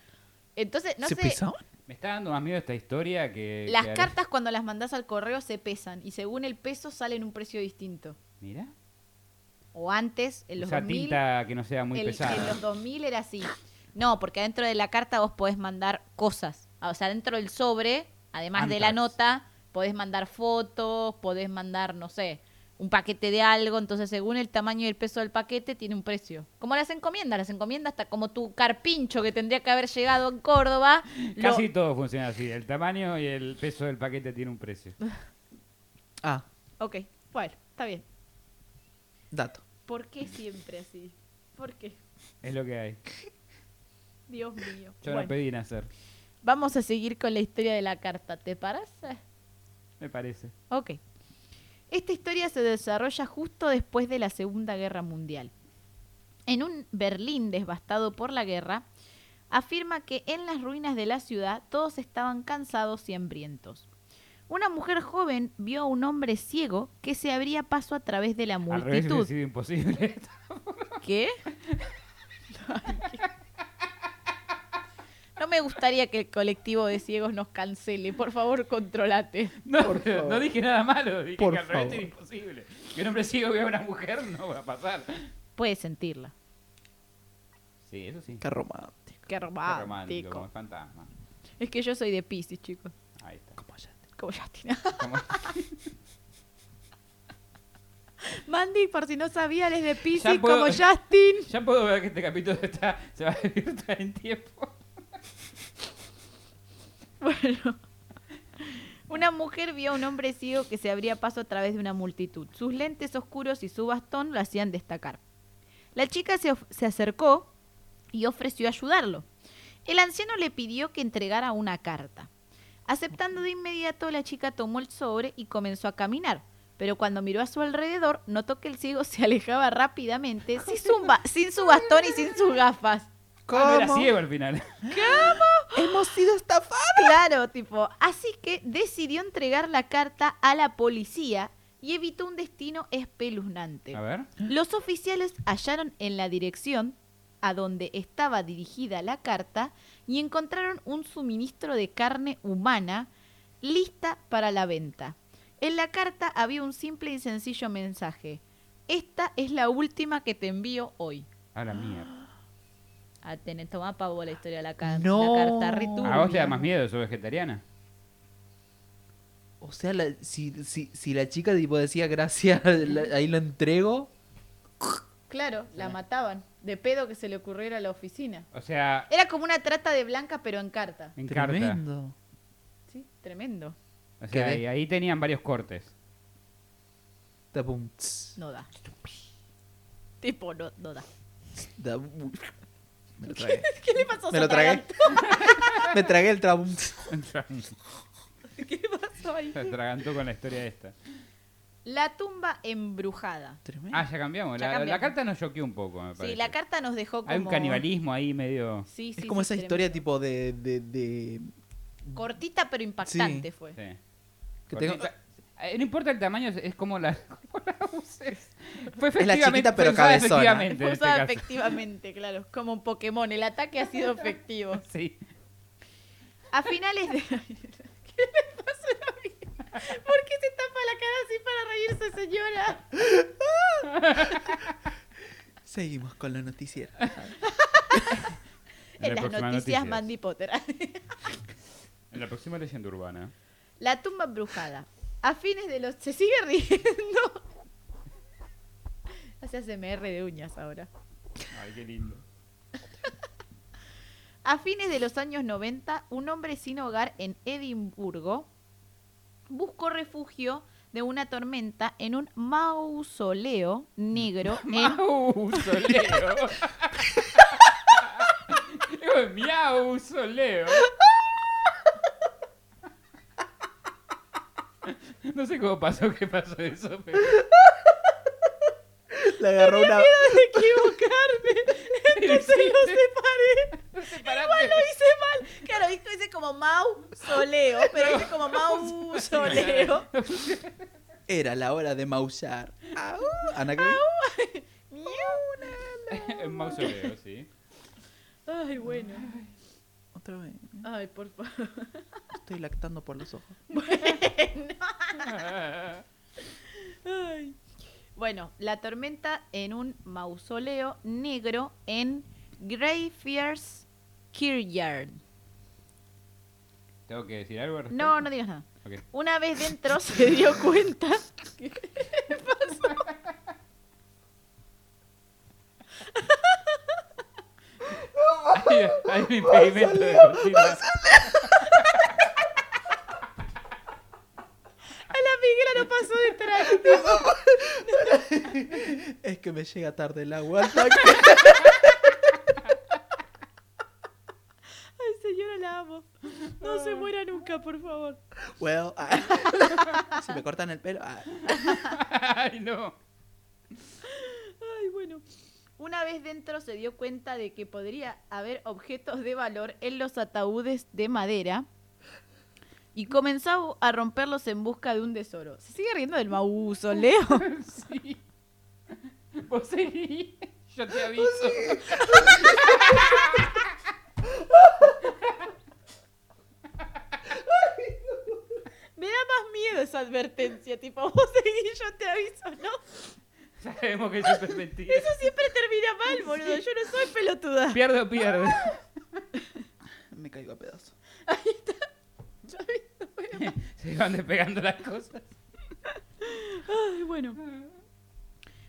Entonces, no
¿Se
sé,
pesaba?
Me está dando más miedo esta historia que...
las
que-
cartas cuando las mandas al correo se pesan y según el peso salen un precio distinto.
Mira.
O antes, en los
Usa
2000,
tinta que no sea muy
el- En
pesada.
los 2000 era así. No, porque adentro de la carta vos podés mandar cosas. O sea, dentro del sobre, además de la
Antrax.
nota, podés mandar fotos, podés mandar, no sé, un paquete de algo. Entonces, según el tamaño y el peso del paquete, tiene un precio. Como las encomiendas, las encomiendas, hasta como tu carpincho que tendría que haber llegado en Córdoba. lo-
Casi todo funciona así. El tamaño y el peso del paquete tiene un precio.
Ah,
Ok, bueno, está bien.
dato.
¿Por qué siempre así? ¿Por qué?
Es lo que hay.
Dios mío.
Yo no
Bueno,
pedí nacer,
vamos a seguir con la historia de la carta, ¿te parece?
me parece.
Ok. Esta historia se desarrolla justo después de la Segunda Guerra Mundial. En un Berlín devastado por la guerra, afirma que en las ruinas de la ciudad todos estaban cansados y hambrientos. Una mujer joven vio a un hombre ciego que se abría paso a través de la
Al revés hubiese
multitud.
sido imposible.
¿Qué? No me gustaría que el colectivo de ciegos nos cancele. Por favor, controlate.
No,
Por
pero
favor.
no dije nada malo. Dije
Por
que al revés
favor.
era imposible. Que un hombre ciego vea a una mujer no va a pasar.
Puede sentirla.
Sí, eso sí.
Qué romántico.
Qué
Qué
romántico.
romántico, como el fantasma.
Es que yo soy de Pisces, chicos.
Ahí está.
Como ya.
Como Justin.
Como-
Mandy, por si no sabía, él es de Pisces
Ya puedo-
como Justin.
Ya puedo ver que este capítulo está, se va a divirtar en tiempo.
Bueno. Una mujer vio a un hombre ciego que se abría paso a través de una multitud. Sus lentes oscuros y su bastón lo hacían destacar. La chica se, of- se acercó y ofreció ayudarlo. El anciano le pidió que entregara una carta. Aceptando de inmediato, la chica tomó el sobre y comenzó a caminar. Pero cuando miró a su alrededor, notó que el ciego se alejaba rápidamente sin su, ba- sin su bastón y sin sus gafas.
Ah, no era ciego al final.
Hemos sido estafados.
Claro, tipo. Así que decidió entregar la carta a la policía y evitó un destino espeluznante.
A ver.
Los oficiales hallaron en la dirección a donde estaba dirigida la carta y encontraron un suministro de carne humana lista para la venta. En la carta había un simple y sencillo mensaje. Esta es la última que te envío hoy. Ah,
A la mierda.
A tener, toma pavo la historia de la, car-
No.
la carta. re
A vos te da
turbia.
más miedo, sos vegetariana.
O sea, la- si, si, si la chica tipo decía gracias, la- ahí lo entrego.
Claro, la mataban. De pedo que se le ocurriera a la oficina.
O sea,
Era como una trata de blanca, pero en carta.
en carta.
Tremendo.
Sí, tremendo.
O sea,
Quedé.
y ahí tenían varios cortes.
Da bum, tss,
No da. Tipo, no, no da.
da bum. Me lo tragué.
¿Qué le pasó a
Me lo tragué.
Satragán?
Me tragué el trabum. tss.
¿Qué le pasó ahí?
Se atragantó con la historia esta.
La tumba embrujada.
Tremendo.
Ah, ya cambiamos.
Ya
la,
cambiamos.
la carta nos choqueó un poco, me parece.
Sí, la carta nos dejó como...
Hay un canibalismo ahí medio.
Sí, sí,
es como
sí,
esa
tremendo.
historia tipo de... de, de-
Cortita, pero impactante
Sí.
fue.
Sí.
que tengo-
Cortita. Eh, No importa el tamaño, es- es como la, como la uses. Fue
Es la
efectivamente-
chiquita, pero
fue usada
cabezona.
efectivamente en
Fue
este
usada
caso.
efectivamente, claro. Como un Pokémon. El ataque ha sido efectivo.
Sí.
A finales de. ¿Qué le pasó a la vida? ¿Por qué se tapa la cara así para reírse, señora?
Seguimos con la noticiera.
En la
En las
próxima
noticias,
noticias.
Mandy Potter.
En la próxima leyenda urbana.
la tumba embrujada. A fines de los. Se sigue riendo. Hace ASMR de uñas ahora.
Ay, qué lindo.
A fines de los años 90, un hombre sin hogar en Edimburgo buscó refugio de una tormenta en un mausoleo negro en
Mausoleo. Digo, Miau, soleo. No sé cómo pasó, qué pasó eso, pero
Le agarró una...
se lo separé.
separate.
Igual lo hice mal. Claro, hice, hice como Mau Soleo, pero hice como Mau Soleo.
Era la hora de maullar. Au, Ana, ¿qué?
Miau.
Un mausoleo, sí.
Ay, bueno.
Otra vez.
Ay, por favor.
Estoy lactando por los ojos.
Ay. Bueno, la tormenta en un mausoleo negro en Greyfriars Kirkyard.
¿Tengo que decir algo? al respecto?
No, no digas nada.
Ok.
Una vez dentro se dio cuenta. ¿Qué le pasó?
Hay, hay un impedimento de cortina.
A la Miguela no pasó de traje.
Es que me llega tarde el agua. al tanque.
Ay, señora, la amo. No se muera nunca, por favor.
Well, ah. Si me cortan el pelo... ah.
Ay, no.
Ay, bueno. Una vez dentro se dio cuenta de que podría haber objetos de valor en los ataúdes de madera y comenzó a romperlos en busca de un tesoro. Se sigue riendo del mauso, Leo.
Sí. Vos seguí. Yo te aviso.
Me da más miedo esa advertencia, tipo, vos seguís, yo te aviso, ¿no?
Sabemos que siempre es mentira.
Eso siempre termina mal, boludo. Yo no soy pelotuda.
Pierdo, pierdo.
caigo a pedazos.
Se van despegando las cosas.
Ay, bueno.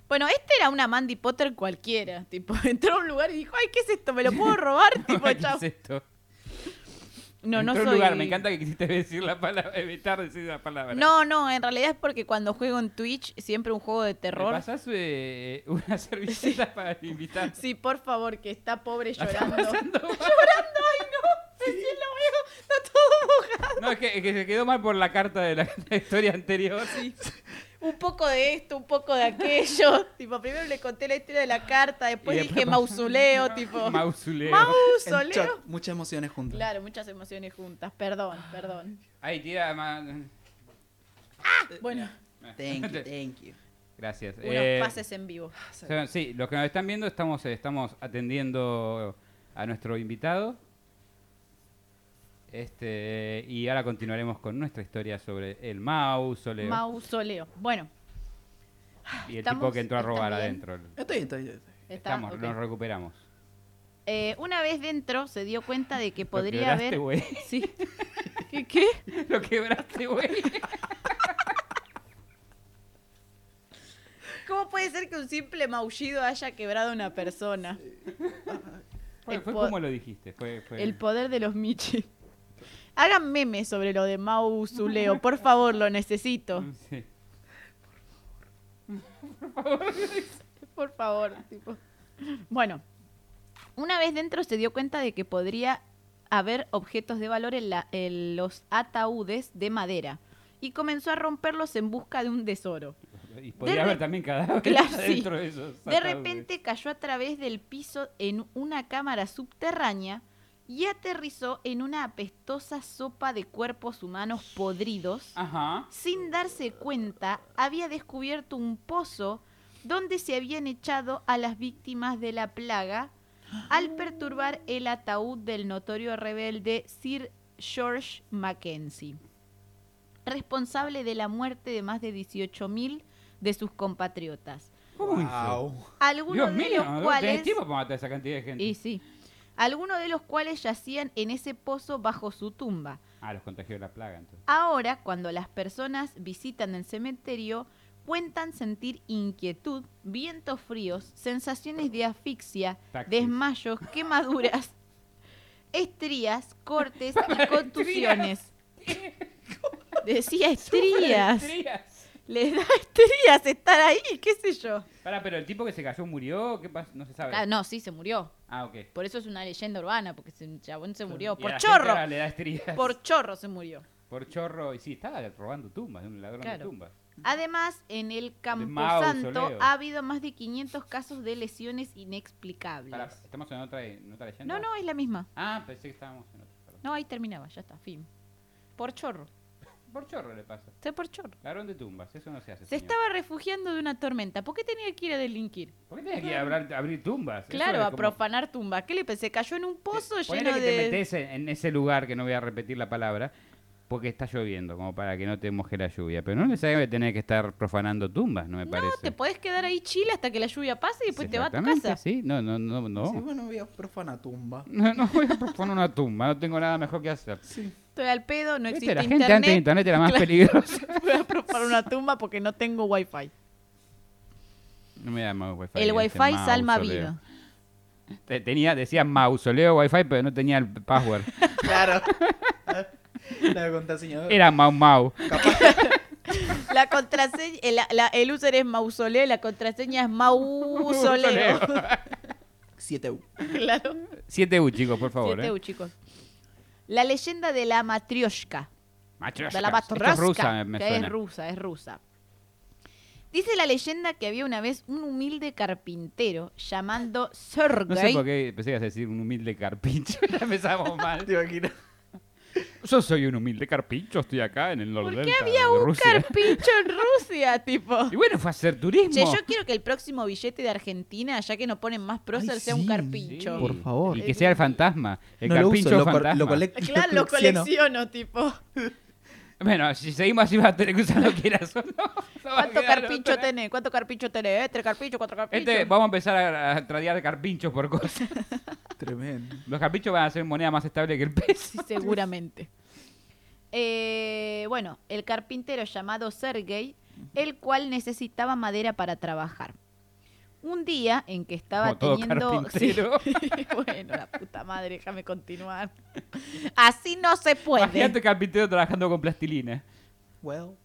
Bueno, este era una Mandy Potter cualquiera. Tipo, entró a un lugar y dijo, ay, ¿qué es esto? ¿Me lo puedo robar? tipo,
¿Qué
chao.
es esto?
No, no
Entró en
soy...
lugar, me encanta que quisiste decir la palabra, evitar decir la palabra.
No, no, en realidad es porque cuando juego en Twitch, siempre un juego de
¿Me
terror.
pasás eh, una servilleta para invitar?
Sí, por favor, que está pobre
La está
llorando.
pasando mal. No, es que, es que se quedó mal por la carta de la, la historia anterior.
un poco de esto, un poco de aquello. tipo, primero le conté la historia de la carta, después
Y
dije
después pasó-
mausoleo, tipo.
Mausuleo.
En
Mausoleo.
shock, muchas emociones juntas.
Claro, muchas emociones juntas. Perdón, perdón.
Ahí tira más.
Bueno,
Thank you, thank you.
Gracias.
unos
Eh,
pases en vivo.
o sea, Sí, los que nos están viendo estamos, eh, estamos atendiendo a nuestro invitado. Este, y ahora continuaremos con nuestra historia sobre el mausoleo
Mausoleo. Bueno,
y el
estamos-
tipo que entró a robar
¿están bien?
adentro.
Estoy, estoy, estoy.
está,
Estamos,
ok.
nos recuperamos.
Eh, una vez dentro se dio cuenta de que
Lo
podría
quebraste,
haber.
güey.
Sí. ¿Qué? qué?
Lo quebraste, güey.
¿Cómo puede ser que un simple maullido haya quebrado a una persona?
Fue,
El
fue
po-
como lo dijiste. Fue, fue-
El poder de los Michi. Hagan memes sobre lo de Mausoleo, por favor, lo necesito.
Sí.
Por favor, tipo. Bueno, una vez dentro se dio cuenta de que podría haber objetos de valor en, la- en los ataúdes de madera y comenzó a romperlos en busca de un tesoro.
Y podía
De
haber
re-
también cadáveres
Claro, sí.
dentro de esos.
De
ataúdes.
repente cayó a través del piso en una cámara subterránea y aterrizó en una apestosa sopa de cuerpos humanos podridos.
Ajá.
Sin darse cuenta, había descubierto un pozo donde se habían echado a las víctimas de la plaga al
Ah.
perturbar el ataúd del notorio rebelde Sir George Mackenzie, responsable de la muerte de más de 18.000 de sus compatriotas,
¿Cómo hizo?
Wow.
algunos
Dios
de
mío,
los
¿no tenés
cuales
tiempo para matar a esa cantidad de gente?
y sí, algunos de los cuales yacían en ese pozo bajo su tumba.
Ah, los contagió la plaga entonces.
Ahora, cuando las personas visitan el cementerio, cuentan sentir inquietud, vientos fríos, sensaciones de asfixia,
Taxis.
desmayos, quemaduras, estrías, cortes y contusiones. Decía estrías.
Estrías.
Les da estrías estar ahí, qué sé yo.
Pará, pero el tipo que se cayó murió, ¿qué pasa? No se sabe.
Ah, no, sí, se murió.
Ah, ok.
Por eso es una leyenda urbana, porque se- el chabón se murió.
Y a
Por
la gente
chorro.
ahora le da estrías. Por...
Por chorro se murió.
chorro. Y sí, estaba robando tumbas, de un ladrón de
Claro.
tumbas.
Además, en el Camposanto
mausoleo.
ha habido más de 500 casos de lesiones inexplicables.
Pará, ¿estamos en otra, en otra leyenda?
No, no, es la misma.
Ah, pensé que estábamos en otra. perdón.
No, ahí terminaba, ya está, fin. Por chorro,
Por chorro le pasa.
está por chorro.
Ladrón de tumbas, eso no se hace.
Se
señor.
estaba refugiando de una tormenta. ¿Por qué tenía que ir a delinquir?
¿Por qué tenés que ir a hablar- abrir tumbas? Eso
Claro,
es
a
como-
profanar tumba. ¿Qué le pensé? Cayó en un pozo
Ponele
lleno
que te
de.
metes en, en ese lugar, que no voy a repetir la palabra, porque está lloviendo, como para que no te moje la lluvia. Pero no necesariamente tenés que estar profanando tumbas, no me
No,
parece.
te podés quedar ahí chila hasta que la lluvia pase y después te vas a tu
Exactamente,
casa.
Sí, no, no, no, no.
Sí, bueno, voy a profana tumba.
No, no voy a proponer una tumba, no tengo nada mejor que hacer.
Sí.
Estoy al pedo, no
Viste,
existe
la gente
internet.
antes de internet era más
Claro.
peligrosa.
Voy a profanar una tumba porque no tengo wifi.
No me llama wifi.
El
este
wifi salma
mausoleo.
vida.
Te- Tenía, decía mausoleo wifi, pero no tenía el password.
Claro. La contraseña.
Era mau mau.
La contraseña, el, la- el user es mausoleo y la contraseña es mausoleo.
7U.
claro.
7U, chicos, por favor.
Siete
eh.
U, chicos. La leyenda de la matrioshka.
Matryoshka.
De la
Esto
matrioshka.
es rusa, me, me
que
suena.
es rusa, es rusa. Dice la leyenda que había una vez un humilde carpintero llamando Sergei.
No sé por qué pensé que ibas a decir un humilde carpincho. Ya empezamos mal.
Te imagino.
Yo soy un humilde carpincho, estoy acá en el
¿Por
norte
qué había un carpincho en Rusia, tipo?
Y bueno, fue a hacer turismo.
Che, yo quiero que el próximo billete de Argentina, ya que no ponen más prócer,
Ay,
sea un
sí.
carpincho.
Sí.
Por favor.
Y que sea el fantasma. El
no lo
carpincho
uso, lo,
fantasma.
col- lo colec-
Claro, lo
colecciono.
colecciono, tipo.
Bueno, si seguimos así vas a tener que usar lo que quieras o no. No va a
¿Cuánto
quedar
carpincho
otra.
tenés? ¿Cuánto carpincho tenés? ¿Eh? ¿Tres carpinchos? ¿Cuatro carpinchos?
Este, vamos a empezar a, a tradear carpinchos por cosas.
Tremendo.
Los caprichos van a ser moneda más estable que el peso.
Seguramente. Eh, bueno, el carpintero llamado Sergei, el cual necesitaba madera para trabajar. Un día en que estaba
Como todo
teniendo.
carpintero.
bueno, la puta madre, déjame continuar. Así no se puede.
Imagínate carpintero trabajando con plastilina.
Well.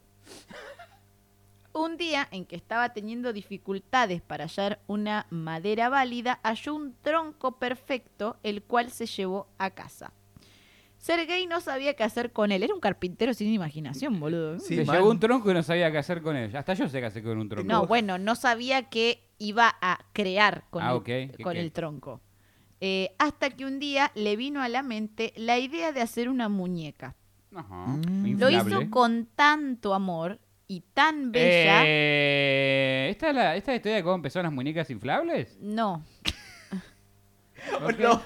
Un día en que estaba teniendo dificultades para hallar una madera válida, halló un tronco perfecto, el cual se llevó a casa. Sergei no sabía qué hacer con él. Era un carpintero sin imaginación, boludo.
Sí,
Le
man.
llegó un tronco y no sabía qué hacer con él. Hasta yo sé qué hacer con un tronco.
No, bueno, no sabía que iba a crear con,
Ah,
el,
ok, que-
con
que-
el tronco. Eh, hasta que un día le vino a la mente la idea de hacer una muñeca.
Ajá,
Mm.
Lo
inflable.
hizo con tanto amor y tan bella.
Eh, ¿esta, es la, ¿Esta es la historia de cómo empezaron las muñecas inflables?
No,
Ok.
Los,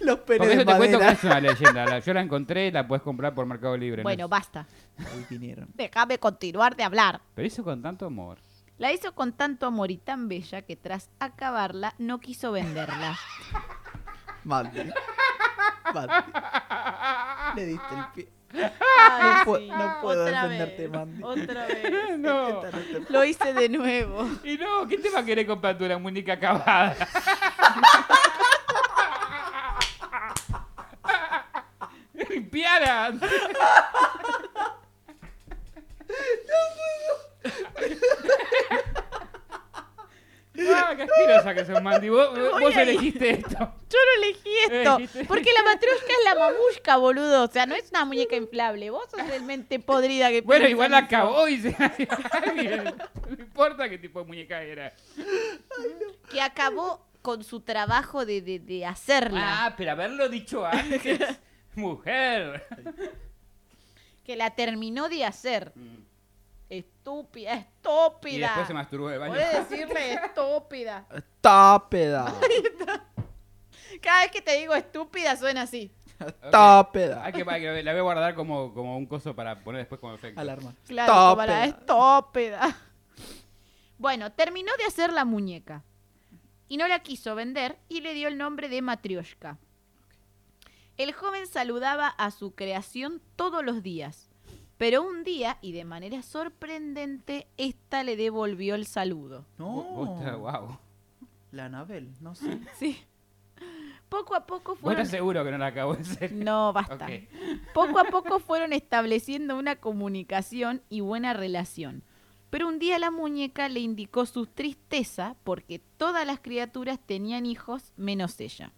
los penes
Porque
de
eso te cuento que
madera.
es una leyenda. La- yo la encontré y la puedes comprar por Mercado Libre. ¿no?
bueno, basta.
Ahí vinieron.
Déjame continuar de hablar.
Pero hizo con tanto amor.
La hizo con tanto amor y tan bella que tras acabarla no quiso venderla.
Madre. Madre. Le diste el pie.
Ay,
pu-
sí.
no puedo
Otra
defenderte,
vez,
Mandy.
Otra vez.
No.
Esta no te-
Lo hice de nuevo.
Y no, ¿quién te va a querer comprar tú la muñeca acabada? ¡Limpiara! ¡Ah, qué asquerosa que sos, Mandy! Vos,
voy
vos
a ir.
elegiste esto.
Yo no elegí esto.
Elegiste.
Porque la matrusca es la mamusca, boludo. O sea, no es una muñeca inflable. Vos sos el mente podrida que
Bueno,
piensa
igual
en
la
eso.
acabó y se... Bien. No importa qué tipo de muñeca era.
Que acabó con su trabajo de, de, de hacerla.
Ah, pero haberlo dicho antes. Mujer.
Que la terminó de hacer. Estúpida, estúpida.
Mm. Y después se masturbó de baño.
Podés decirle estúpida.
Tápeda.
Cada vez que te digo estúpida suena así.
Hay
Tápeda.
que, hay que- Ah, la voy a guardar como, como un coso para poner después como efecto.
Alarma.
Claro, como la
Tápeda.
estúpida. Bueno, terminó de hacer la muñeca. Y no la quiso vender y le dio el nombre de Matrioshka. El joven saludaba a su creación todos los días. Pero un día, y de manera sorprendente, esta le devolvió el saludo.
No.
wow.
La Anabel, no sé.
Sí. Poco a poco
Vos
fueron.
estás seguro que no la acabo de hacer.
No, basta.
Ok.
Poco a poco fueron estableciendo una comunicación y buena relación. Pero un día la muñeca le indicó su tristeza porque todas las criaturas tenían hijos menos ella.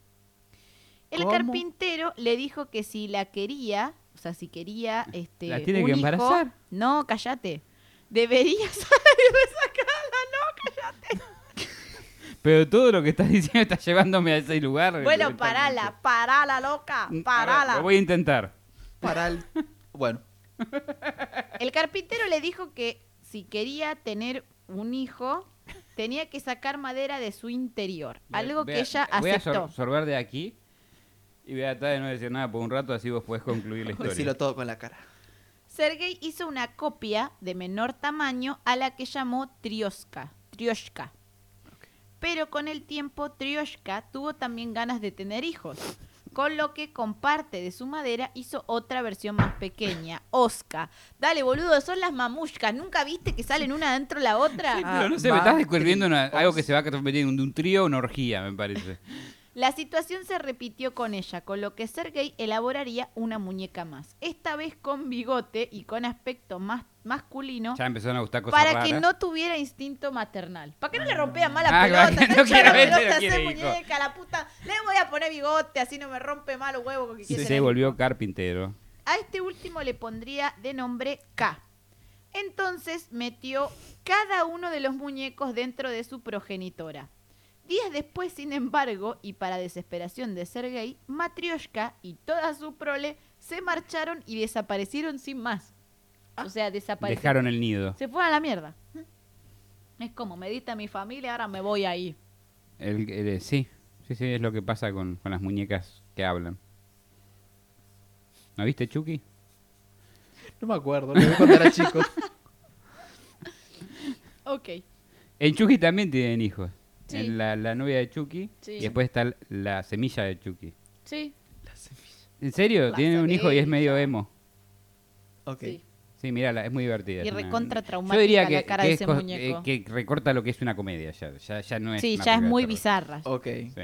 El
¿Cómo?
carpintero le dijo que si la quería, o sea, si quería este
¿La tiene
un
que
hijo-
embarazar?
no, cállate. Deberías
Pero todo lo que estás diciendo está llevándome a ese lugar.
Bueno,
directamente.
parala, parala loca,
A ver,
parala.
Lo Mm, voy a intentar.
Para el. Bueno.
El carpintero le dijo que si quería tener un hijo, tenía que sacar madera de su interior. Algo
Voy
que
a-
ella
Voy a sor-
aceptó.
sorber de aquí y voy a tratar de no decir nada por un rato, así vos podés concluir la historia.
Decirlo todo con la cara.
Sergei hizo una copia de menor tamaño a la que llamó Trioshka. Trioshka. Pero con el tiempo, Trioshka tuvo también ganas de tener hijos, con lo que con parte de su madera hizo otra versión más pequeña, Oska. Dale, boludo, son las mamushkas. ¿Nunca viste que salen una dentro la otra?
Pero no sé, me estás descubriendo una-
Matri-
algo que se va a convertir en un, un trío o una orgía, me parece.
La situación se repitió con ella, con lo que Sergei elaboraría una muñeca más, esta vez con bigote y con aspecto más masculino
Ya empezaron a gustar cosas
para
raras.
que no tuviera instinto maternal. ¿Para que no le rompía mal
Ah,
la pelota?
claro,
Está
no
hecha
quiere
la
ver, no
pelota, hacer
quiere hijo.
muñeca, la puta. Le voy a poner bigote, así no me rompe mal los huevos. que
Y
quiere
se
tener
volvió carpintero.
a este último le pondría de nombre K. Entonces metió cada uno de los muñecos dentro de su progenitora. Días después, sin embargo, y para desesperación de Sergei, Matrioshka y toda su prole se marcharon y desaparecieron sin más. O sea, desaparecieron.
Ah. Dejaron el nido.
Se fueron a la mierda. Es como, me diste a mi familia, ahora me voy ahí.
El- el- eh, sí, sí, sí, es lo que pasa con, con las muñecas que hablan. ¿No viste, Chucky?
No me acuerdo. Lo vi cuando era chico.
Ok.
En Chucky también tienen hijos.
Sí.
en la, la novia de Chucky
Sí.
y después está l- la semilla de Chucky.
Sí,
La semilla.
¿En serio?
La
Tiene un hijo y es
semilla.
medio emo.
Ok.
sí.
Sí, mírala, es muy divertida.
Y
es una-
recontra
Yo
traumática
diría que,
la cara
que
de
es
ese
cos-
muñeco.
eh, que recorta lo que es una comedia ya. Ya, ya no es
sí,
una
ya es
película
muy
de Oh.
bizarra.
Ok.
terror. Sí.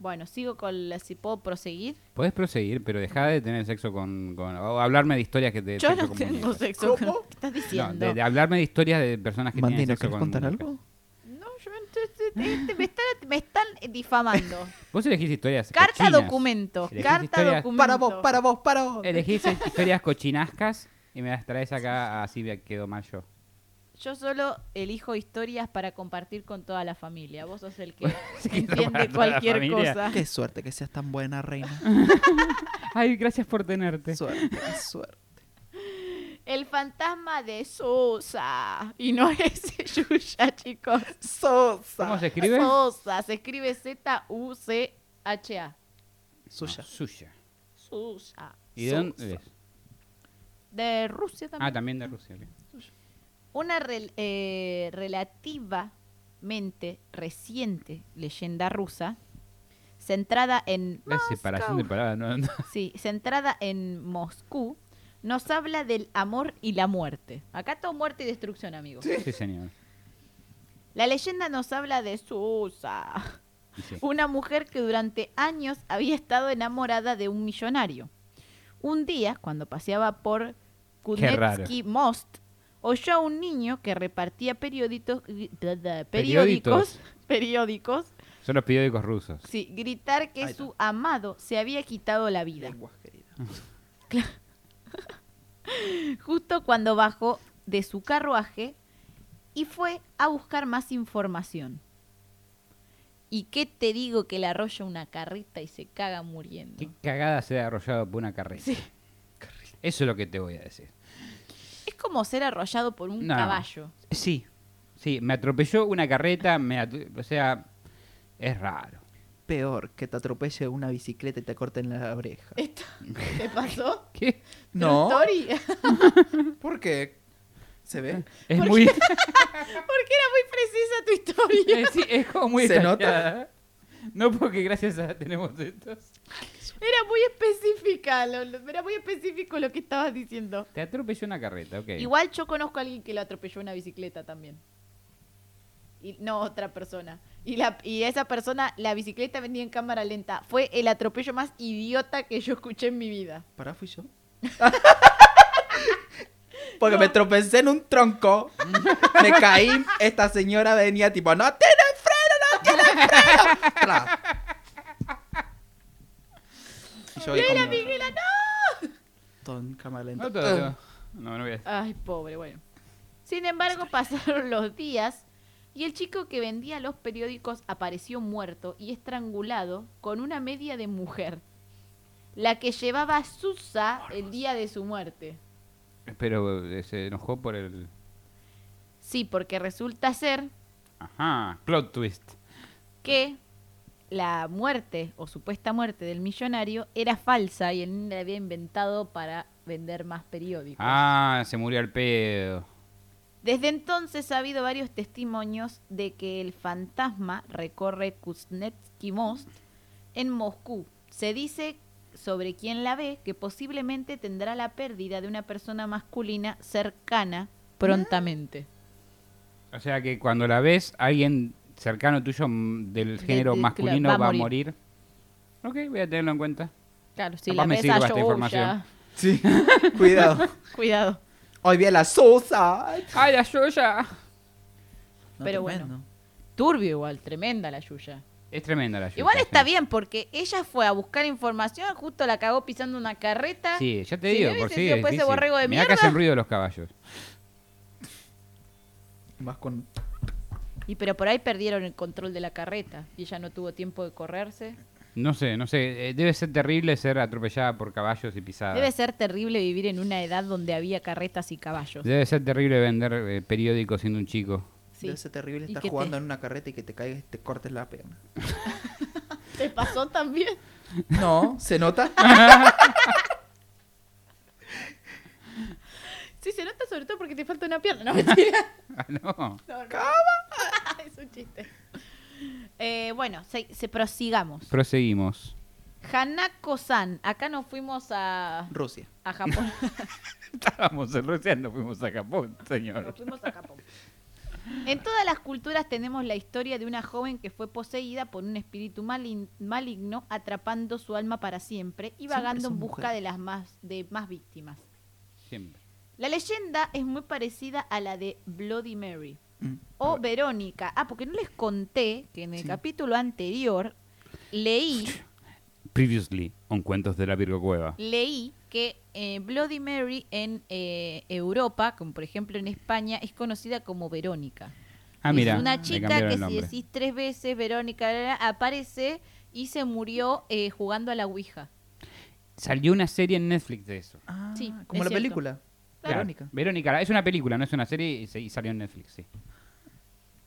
Bueno, sigo con la... Si puedo proseguir.
Podés proseguir, pero dejá de tener sexo con... con- o hablarme de historias que te...
Yo
sexo
no
con
tengo
muñecas.
sexo.
¿Cómo?
con- ¿Qué estás
No,
diciendo?
de, de hablarme de historias de personas que
Mandy,
tienen
¿no
sexo
querés
con
contar
muñecas.
algo?
No, yo me, este- me están, me están difamando.
Vos elegís historias
Carta
cochinas.
documento.
Elegís
Carta
historias-
documento.
Para vos, para vos, para vos.
Eh.
Elegís historias cochinascas y me las traes acá, así me quedo mal yo.
Yo solo elijo historias para compartir con toda la familia. Vos sos el que
Sí, para toda
entiende
la
cualquier
familia.
cosa.
Qué suerte que seas tan buena, reina.
Ay, gracias por tenerte.
suerte, qué suerte.
El fantasma de Sosa. Y no es Yuya, chicos.
Sosa.
¿Cómo se escribe?
Sosa. Se escribe Z-U-C-H-A.
Suya.
No, Ah, suya.
Sosa.
¿Y de dónde es?
De Rusia también.
Ah, también de Rusia. ok.
Una rel- eh, relativamente reciente leyenda rusa centrada en
La separación de
Moscú.
palabras. No, no.
Sí, centrada en Moscú, nos habla del amor y la muerte. Acá todo muerte y destrucción, amigos.
Sí, señor.
La leyenda nos habla de Susa,
Y sí.
una mujer que durante años había estado enamorada de un millonario. Un día, cuando paseaba por
raro.
Kunetsky Most, oyó a un niño que repartía periódicos, gri- bla, bla,
Perióditos.
periódicos, periódicos,
Son los periódicos rusos.
sí, gritar
Ahí
que
está.
su amado se había quitado la vida.
Lenguas, querida.
justo cuando bajó de su carruaje y fue a buscar más información. ¿Y qué te digo que le arrolla una carreta y se caga muriendo?
Qué cagada ser arrollado por una carreta. Eso es lo que te voy a decir.
Es como ser arrollado por un
No.
caballo.
Sí, sí, me atropelló una carreta, me at- o sea, es raro.
Peor, que te atropelle una bicicleta y te corten la oreja.
¿Esto te pasó?
¿Qué?
No,
True story.
¿por qué? ¿Se ve?
Es
¿Por
muy...
Porque era muy precisa tu historia.
Eh, sí, es como muy
¿Se nota?
detallada. No porque gracias a tenemos estos.
Era muy específica, lo- lo- era muy específico lo que estabas diciendo.
Te atropelló una carreta, ok.
Igual yo conozco a alguien que lo atropelló una bicicleta también. Y, no, otra persona. Y, la, y esa persona, la bicicleta venía en cámara lenta. Fue el atropello más idiota que yo escuché en mi vida.
¿Para fui yo? Porque me tropecé en un tronco. Me caí. Esta señora venía tipo, no tiene freno, no tiene freno. Tra. Y yo ahí
¡Mira,
como-
Miguela, no!
todo en cámara lenta.
No, todo, todo. no, no voy a...
Ay, pobre, bueno. Sin embargo, pasaron los días y el chico que vendía los periódicos apareció muerto y estrangulado con una media de mujer. La que llevaba Susa el día de su muerte.
Pero eh, se enojó por el...
Sí, porque resulta ser
Ajá, plot twist.
que la muerte o supuesta muerte del millonario era falsa y el niño la había inventado para vender más periódicos.
Ah, se murió al pedo.
Desde entonces ha habido varios testimonios de que el fantasma recorre Kuznetsky Most en Moscú. Se dice sobre quien la ve que posiblemente tendrá la pérdida de una persona masculina cercana prontamente.
O sea que cuando la ves, alguien cercano tuyo mm, del
De-
género
de- claro,
masculino
va a
va, a morir. Ok, voy a tenerlo en cuenta.
Claro, si
Capaz
la
me
ves
sirva
a
esta
Joe,
información.
Sí, cuidado.
ya- Cuidado.
Hoy vi a la Sosa.
¡Ay, la Yuya!
Pero bueno. Turbio igual, tremenda la Yuya.
Es tremenda la Yuya.
Igual está
sí.
bien, porque ella fue a buscar información, justo la cagó pisando una carreta.
Sí, ya te
Si
digo,
no
por
hubiese
sí.
sido
es
por ese
difícil.
borrego de
Mirá que
mierda.
hacen ruido los caballos.
Más con.
Y pero por ahí perdieron el control de la carreta y ella no tuvo tiempo de correrse.
No sé, no sé. eh, Debe ser terrible ser atropellada por caballos y pisada.
Debe ser terrible vivir en una edad donde había carretas y caballos.
Debe ser terrible vender eh, periódicos siendo un chico.
Sí.
Debe ser terrible
Y
estar
que te-
jugando en una carreta y que te caigas y te cortes la pierna.
¿Te pasó también?
No, ¿se nota?
Sí, se nota sobre todo porque te falta una pierna. No, mentira.
Ah, no.
No, no. es un chiste. Eh, bueno, se, se- prosigamos.
Proseguimos.
Hanako-san. Acá nos fuimos a,
Rusia.
a Japón.
Estábamos en Rusia, no fuimos a Japón, señor.
Nos fuimos a Japón. En todas las culturas tenemos la historia de una joven que fue poseída por un espíritu malin- maligno, atrapando su alma para siempre y
Siempre
vagando
son
en busca
mujeres.
de las más de más víctimas.
Siempre.
La leyenda es muy parecida a la de Bloody Mary
Mm.
o Verónica. Ah, porque no les conté que en el
Sí.
capítulo anterior leí
Previously, on Cuentos de la Virgo Cueva.
leí que eh, Bloody Mary en eh, Europa, como por ejemplo en España, es conocida como Verónica.
Ah, mira.
es una
le
chica
cambiaron
que
el
si
nombre.
decís tres veces Verónica bla, bla, bla, aparece y se murió eh, jugando a la Ouija.
Salió una serie en Netflix de eso.
Ah,
Sí,
como la
es cierto.
película.
Claro.
Verónica.
Verónica, es una película, no es una serie y, se- y salió en Netflix, sí.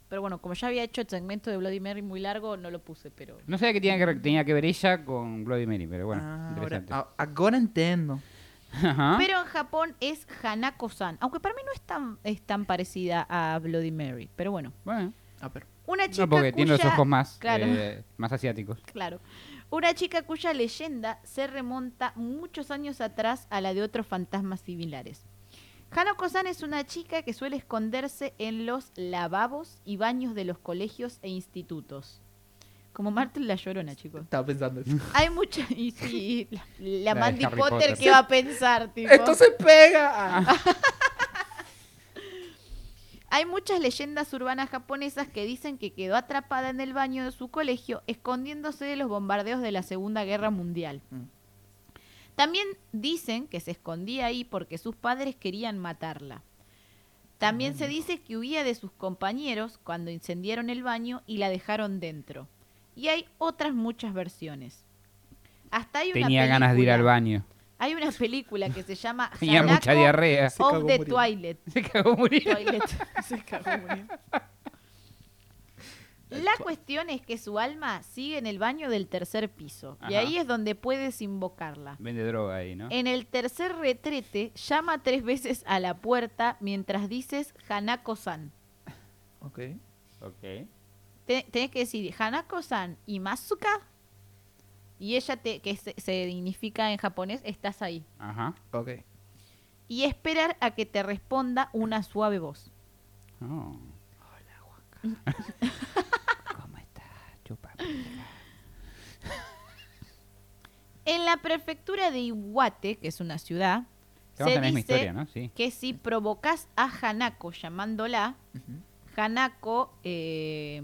Pero bueno, como ya había hecho el segmento de Bloody Mary muy largo, no lo puse, pero...
No sabía que tenía que, tenía que ver ella con Bloody Mary, pero bueno,
Ah, ahora,
interesante.
a- ahora entiendo.
ah.
Ajá.
Pero en Japón es Hanako-san, aunque para mí no es tan, es tan parecida a Bloody Mary, pero bueno.
Bueno,
Ah, pero.
Una chica
no, porque tiene los
cuya-
ojos más,
Claro.
eh, más asiáticos.
Claro. Una chica cuya leyenda se remonta muchos años atrás a la de otros fantasmas similares. Hanako-san es una chica que suele esconderse en los lavabos y baños de los colegios e institutos. Como Martín la llorona, chicos.
Estaba pensando. eso.
Hay mucha. Y sí, la, la
La de
Mandy
Harry
Potter,
Potter.
¿qué va a pensar, tipo?
¡Esto se pega! Ah,
Hay muchas leyendas urbanas japonesas que dicen que quedó atrapada en el baño de su colegio escondiéndose de los bombardeos de la Segunda Guerra Mundial.
Mm.
También dicen que se escondía ahí porque sus padres querían matarla. También se dice que huía de sus compañeros cuando incendiaron el baño y la dejaron dentro. Y hay otras muchas versiones. Hasta hay una
Tenía ganas de ir al
película-
baño.
Hay una película que se llama
Tenía
Hanako
mucha diarrea.
Se
of
cagó
the
muriendo.
Twilight.
Se cagó muriendo.
Toilet. Se cagó muriendo. La cuestión es que su alma sigue en el baño del tercer piso y
Ajá.
ahí es donde puedes invocarla.
Vende droga ahí, ¿no?
En el tercer retrete llama tres veces a la puerta mientras dices Hanako-san.
ok.
Ok.
Te- tenés que decir Hanako-san y Masuka y ella te, que se, se significa en japonés estás ahí
Ajá.
Ok.
y esperar a que te responda una suave voz.
Oh. ¿Cómo estás? Chupa.
En la prefectura de Iwate, que es una ciudad, se
Te vamos a tener mi
dice
historia, ¿no? Sí.
que si provocas a Hanako llamándola,
Ujú.
Hanako, eh,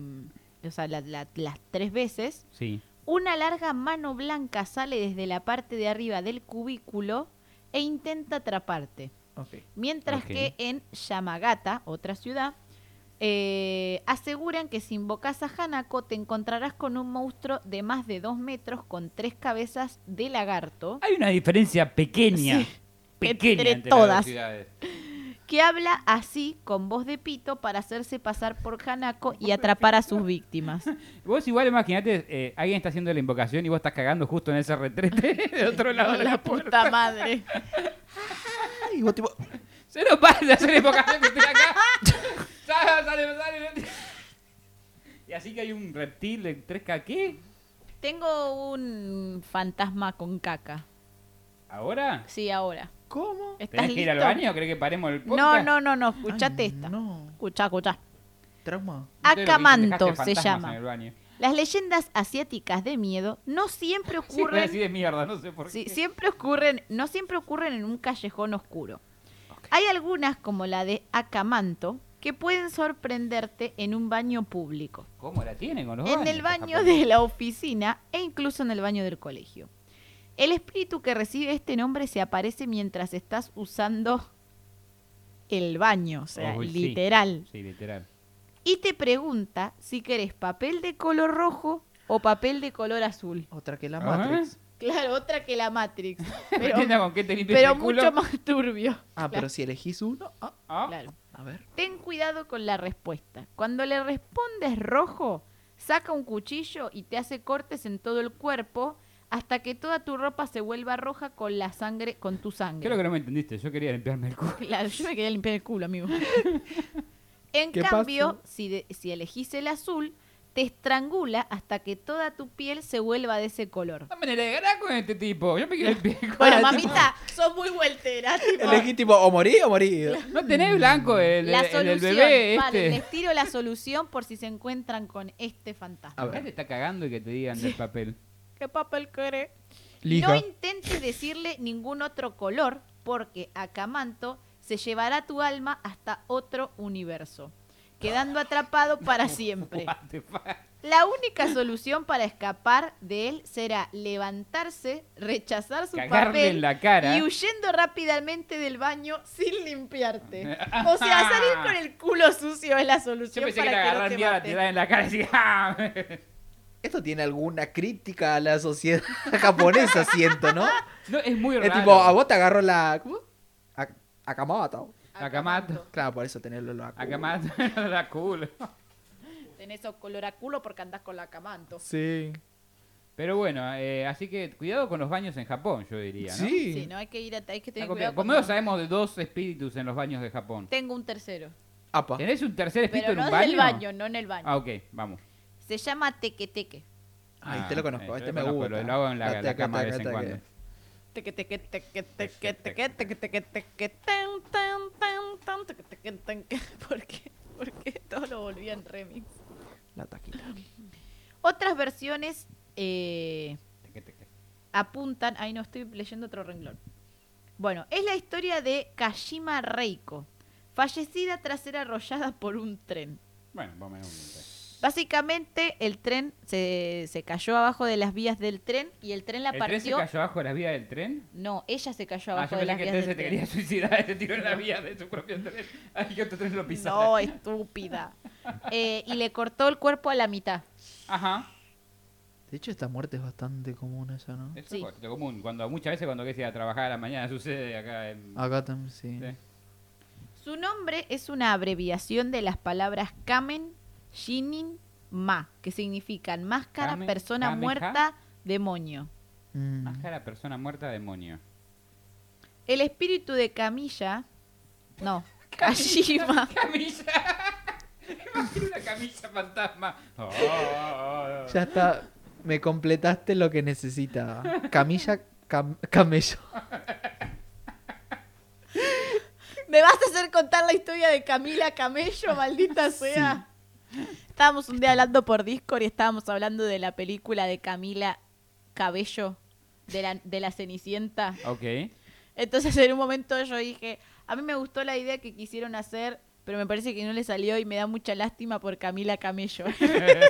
o sea, la- la- las tres veces,
Sí.
una larga mano blanca sale desde la parte de arriba del cubículo e intenta atraparte.
Ok.
Mientras
Ok.
que en Yamagata, otra ciudad, eh, aseguran que si invocas a Hanako te encontrarás con un monstruo de más de dos metros con tres cabezas de lagarto.
Hay una diferencia pequeña.
pequeña entre entre las dos todas. que habla así con voz de pito para hacerse pasar por Hanako y atrapar a sus víctimas.
Vos igual imaginate, eh, alguien está haciendo la invocación y vos estás cagando justo en ese retrete de otro lado de la puerta.
puta madre.
Ay, vos tipo.
Se nos pasa de hacer invocación que estoy acá. sale, sale, sale. Y así que hay un reptil de 3K, ¿qué?
Tengo un fantasma con caca.
¿Ahora?
Sí, ahora.
¿Cómo?
¿Estás
¿Tenés que ir al
listo?
baño? ¿Crees que paremos el
No,
podcast?
no, no, no. Escuchate
Ay,
esta.
No.
Escucha, escucha.
Trauma.
Ustedes lo que hicieron,
Acamanto
dejaste
se
fantasmas en
llama.
el baño.
Las leyendas asiáticas de miedo no siempre
Siempre
ocurren
así de mierda, no sé por
Sí,
qué.
siempre ocurren, no siempre ocurren en un callejón oscuro. Hay algunas, como la de Acamanto, que pueden sorprenderte en un baño público,
¿Cómo la tienen con los
en
baños?
el baño
Japón?
de la oficina e incluso en el baño del colegio. El espíritu que recibe este nombre se aparece mientras estás usando el baño, o sea,
Uy, sí.
literal.
Sí, literal.
Y te pregunta si querés papel de color rojo o papel de color azul.
Otra que la
Ajá.
Matrix.
Claro, otra que la Matrix. pero-
¿Entiendes con qué te limpias
pero
el culo?
mucho más turbio.
Ah,
Claro,
pero si elegís uno. ah,
Ah,
claro.
a ver.
Ten cuidado con la respuesta. Cuando le respondes rojo, saca un cuchillo y te hace cortes en todo el cuerpo hasta que toda tu ropa se vuelva roja con la sangre, con tu sangre.
Creo que no me entendiste. Yo quería limpiarme el culo.
Claro, yo me quería limpiar el culo, amigo. en
¿Qué
cambio,
pasó?
si, de- si elegís el azul, te estrangula hasta que toda tu piel se vuelva de ese color.
No me negará con este tipo. Yo me quiero el pico.
Bueno,
tipo-
mamita, sos muy vueltera, tipo.
Elegí tipo o morí o morí.
No tenés blanco el,
La
el- el
solución,
del bebé
vale,
este.
les tiro la solución por si se encuentran con este fantasma.
A
Acá
ver.
te está cagando y que te digan del papel.
¿Qué papel quiere?
Lija.
No intentes decirle ningún otro color, porque Acamanto se llevará tu alma hasta otro universo, quedando atrapado para siempre.
What the fuck.
La única solución para escapar de él será levantarse, rechazar su
Cagarle
papel
en la cara.
y huyendo rápidamente del baño sin limpiarte. O sea, salir con el culo sucio es la
Yo
solución
pensé que
para
era
que,
agarrar
no te
mierda,
maten.
te dan en la cara y decir, ¡ah!
Esto tiene alguna crítica a la sociedad japonesa, siento, ¿no?
No, es muy raro.
Es tipo, a vos te agarro la. ¿Cómo? A- Akamoto.
Acamato.
Claro, por eso tenerlo en la cu-
Acamato la cool.
Tenés esos color a culo porque andás con la Acamanto.
Sí.
Pero bueno, eh, así que cuidado con los baños en Japón, yo diría, ¿no?
Sí.
Sí, no hay que ir a, hay que
Está
tener cuidado.
complicado. Por lo
con-
menos sabemos de dos espíritus en los baños de Japón.
Tengo un tercero,
Apa.
¿Tenés un tercer espíritu
pero
en un
no
baño?
en el baño, no en el baño.
Ah, ok, vamos.
Se llama tequeteque.
Ay,
Ah,
te lo conozco,
eh,
este
yo
me
lo conozco,
gusta.
Lo, lo hago en la,
La
la
teca,
cama de
teca,
vez en
teca.
cuando.
Teque, teque, teque, teque, teque, teque, teque, teque, tan, tan, tan, tan, teque, teque, teque. ¿Por qué? ¿Por qué todo lo volvían remix?
La taquita.
Otras versiones eh,
Teque, teque.
apuntan. Ahí no estoy leyendo otro renglón. Bueno, es la historia de Kashima Reiko, fallecida tras ser arrollada por un tren.
Bueno, vamos a un
Básicamente, el tren se, se cayó abajo de las vías del tren y el tren la
¿El tren se
partió.
cayó abajo de las vías del tren?
No, ella se cayó
Ah,
abajo
yo
de las
pensé que
vías
el tren se
del
te
tren.
quería suicidar, se tiró en la vía de su propio tren. Ay, que otro tren lo pisaba.
No, estúpida. Eh, y le cortó el cuerpo a la mitad.
Ajá.
De hecho, esta muerte es bastante común esa, ¿no?
Eso
Sí.
es bastante común. Cuando, muchas veces cuando querés ir a trabajar a la mañana sucede acá en...
Acá también, Ah, sí.
Sí.
Su nombre es una abreviación de las palabras Kamen, Shinin, Ma, que significan máscara,
Kamen,
persona
Kamen,
muerta, demonio.
Mm.
Máscara, persona muerta, demonio.
El espíritu de Camilla. No, Kashima.
¡Camilla! Imagina una camilla fantasma. Oh, oh, oh.
Ya está. Me completaste lo que necesitaba. Camilla, cam- camello.
¿Me vas a hacer contar la historia de Camila Camello, maldita sea? Estábamos un día hablando por Discord y estábamos hablando de la película de Camila Cabello, de la, de la Cenicienta.
oh. Ok.
Entonces en un momento yo dije, a mí me gustó la idea que quisieron hacer, pero me parece que no le salió y me da mucha lástima por Camila Camello. Digo, pero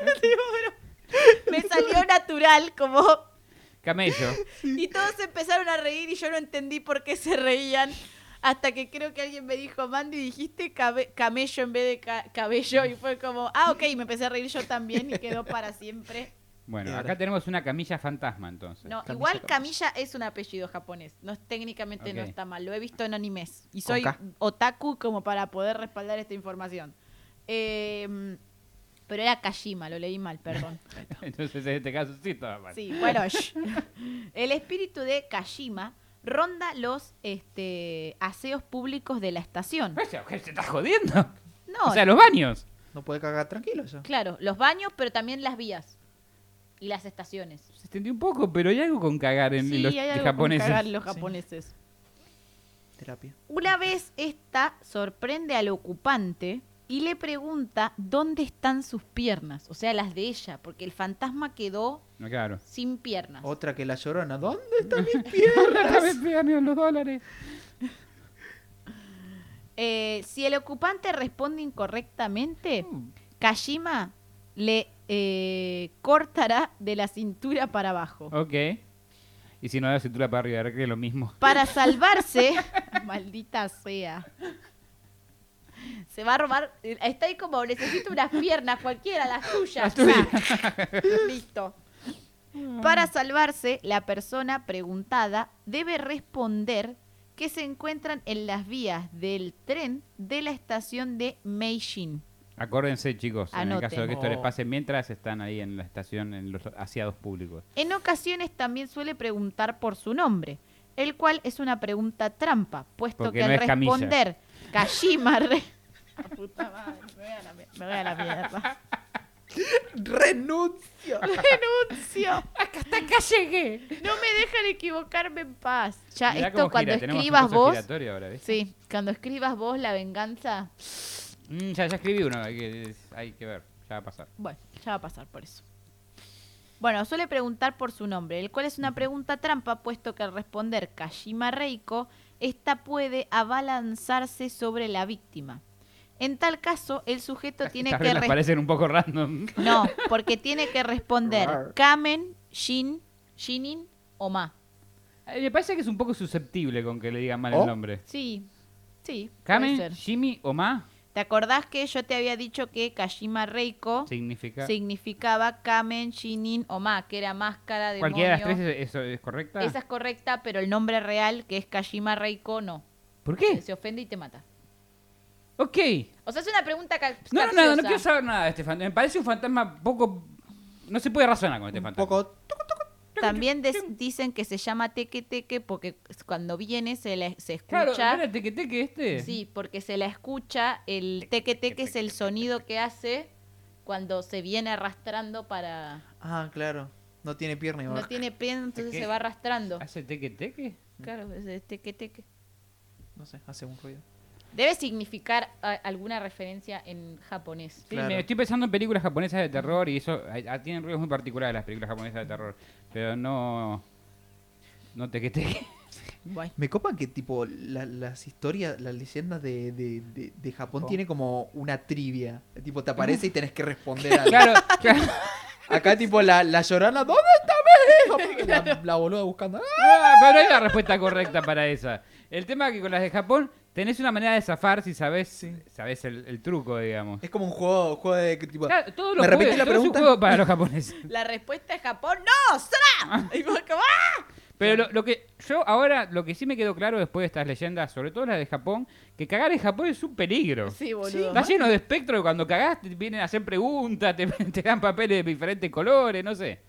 me salió natural como...
Camello.
Y todos se empezaron a reír y yo no entendí por qué se reían. Hasta que creo que alguien me dijo, Mandy, dijiste cabe- camello en vez de ca- cabello. Y fue como, ah, ok, y me empecé a reír yo también y quedó para siempre.
Bueno,
Claro.
acá tenemos una camilla fantasma entonces.
No,
Camilla,
igual Camilla es un apellido japonés. No, es- técnicamente no
Ok.
está mal. Lo he visto en animes. Y
Con
soy
K.
otaku como para poder respaldar esta información. Eh, pero era Kashima, lo leí mal, perdón.
Entonces en este caso sí estaba mal.
Sí, bueno, shh. el espíritu de Kashima ronda los este, aseos públicos de la estación.
Vaya, ¿qué se está jodiendo?
No,
Eh, O sea, los baños.
No puede cagar tranquilo ya.
claro, los baños, pero también las vías y las estaciones.
Se extendió un poco, pero hay algo con cagar en
sí,
los
hay algo con
japoneses.
cagar en los japoneses.
Terapia.
Una vez esta sorprende al ocupante y le pregunta dónde están sus piernas, o sea, las de ella, porque el fantasma quedó
No, claro.
sin
Ah.
piernas.
Oh.
Otra que la llorona. ¿Dónde está mi
Otra vez pegaron los dólares.
Eh, si el ocupante responde incorrectamente, Kashima le eh, cortará de la cintura para abajo.
Ok. Y si no da cintura para arriba, ¿verdad que es lo mismo.
Para salvarse, maldita sea. Se va a robar. Está ahí como, necesito unas piernas, cualquiera, las tuyas. ya. Listo. Para salvarse, la persona preguntada debe responder que se encuentran en las vías del tren de la estación de Meijin.
Acuérdense, chicos, en el
Anoten.
caso de que esto les
Oh.
pase mientras están ahí en la estación, en los aseados públicos.
En ocasiones también suele preguntar por su nombre, el cual es una pregunta trampa, puesto
Porque
que
no
al
es Camilla.
responder Kashima re- La puta madre, me voy a la mier- me voy a la mierda.
Renuncio.
Renuncio.
Hasta acá llegué.
No me dejan equivocarme en paz. Ya,
Mirá
esto
cómo
cuando
gira, tenemos un
escribas
coso
vos.
giratorio ahora, ¿ves?
Sí, cuando escribas vos la venganza.
Mm, ya, ya escribí uno, hay que, hay que ver, ya va a pasar.
Bueno, ya va a pasar por eso. Bueno, suele preguntar por su nombre, el cual es una pregunta trampa, puesto que al responder Kashima Reiko, esta puede abalanzarse sobre la víctima. En tal caso, el sujeto tiene
Estas
que
reglas
res-
parecen un poco random.
No, porque tiene que responder Kamen, Shin, Shinin o Ma.
Eh, Me parece que es un poco susceptible con que le digan mal
¿Oh?
el nombre.
Sí, sí. puede
Kamen,
ser.
Jimmy o Ma
¿Te acordás que yo te había dicho que Kashima Reiko
significa...
significaba Kamen, Shinin o Ma, que era máscara de
Cualquiera de las tres es, eso es correcta.
Esa es correcta, pero el nombre real, que es Kashima Reiko, no.
¿Por qué?
Se ofende y te mata.
Ok.
O sea, es una pregunta ca-
No, no, no,
capciosa.
no quiero saber nada de este fantasma. Me parece un fantasma poco... No se puede razonar con este
Un
fantasma.
poco.
También des- dicen que se llama teque teque porque cuando viene se, la, se
Claro,
escucha.
espérate, que teque este.
Sí, porque se la escucha, el teque teque es el sonido que hace cuando se viene arrastrando para...
Ah, claro. No tiene pierna
No
igual.
tiene pierna, entonces
Teque.
se va arrastrando.
¿Hace teque teque?
Claro, es el teque teque.
No sé, hace un ruido.
Debe significar a- alguna referencia en japonés.
Sí,
Claro.
me estoy pensando en películas japonesas de terror y eso ah, ah, tienen ruidos muy particulares las películas japonesas de terror, pero no no te que te
Bueno.
Me copan que tipo la- las historias, las leyendas de, de- de- de
Oh.
Japón tiene como una trivia. Tipo, te aparece y tenés que responder algo.
claro, claro.
Acá tipo la, la llorona, ¿dónde está mi hijo? La, la boluda buscando. ¡Ah!
Ah, pero hay una respuesta correcta para esa. El tema es que con las de Japón tenés una manera de zafar si sabes sabes el, el truco, digamos.
Es como un juego, juego de que, tipo.
Claro, todos
Eh, ¿Me
los
repetís
juegos,
la
todo es un
pregunta?
juego para los japoneses.
La respuesta es Japón, ¡no! ¡Sra! Y vos como, ¡ah!
Pero lo, lo que yo ahora, lo que sí me quedó claro después de estas leyendas, sobre todo las de Japón, que cagar en Japón es un peligro.
Sí, boludo.
Está lleno de espectro que cuando cagás te vienen a hacer preguntas, te, te dan papeles de diferentes colores, no sé.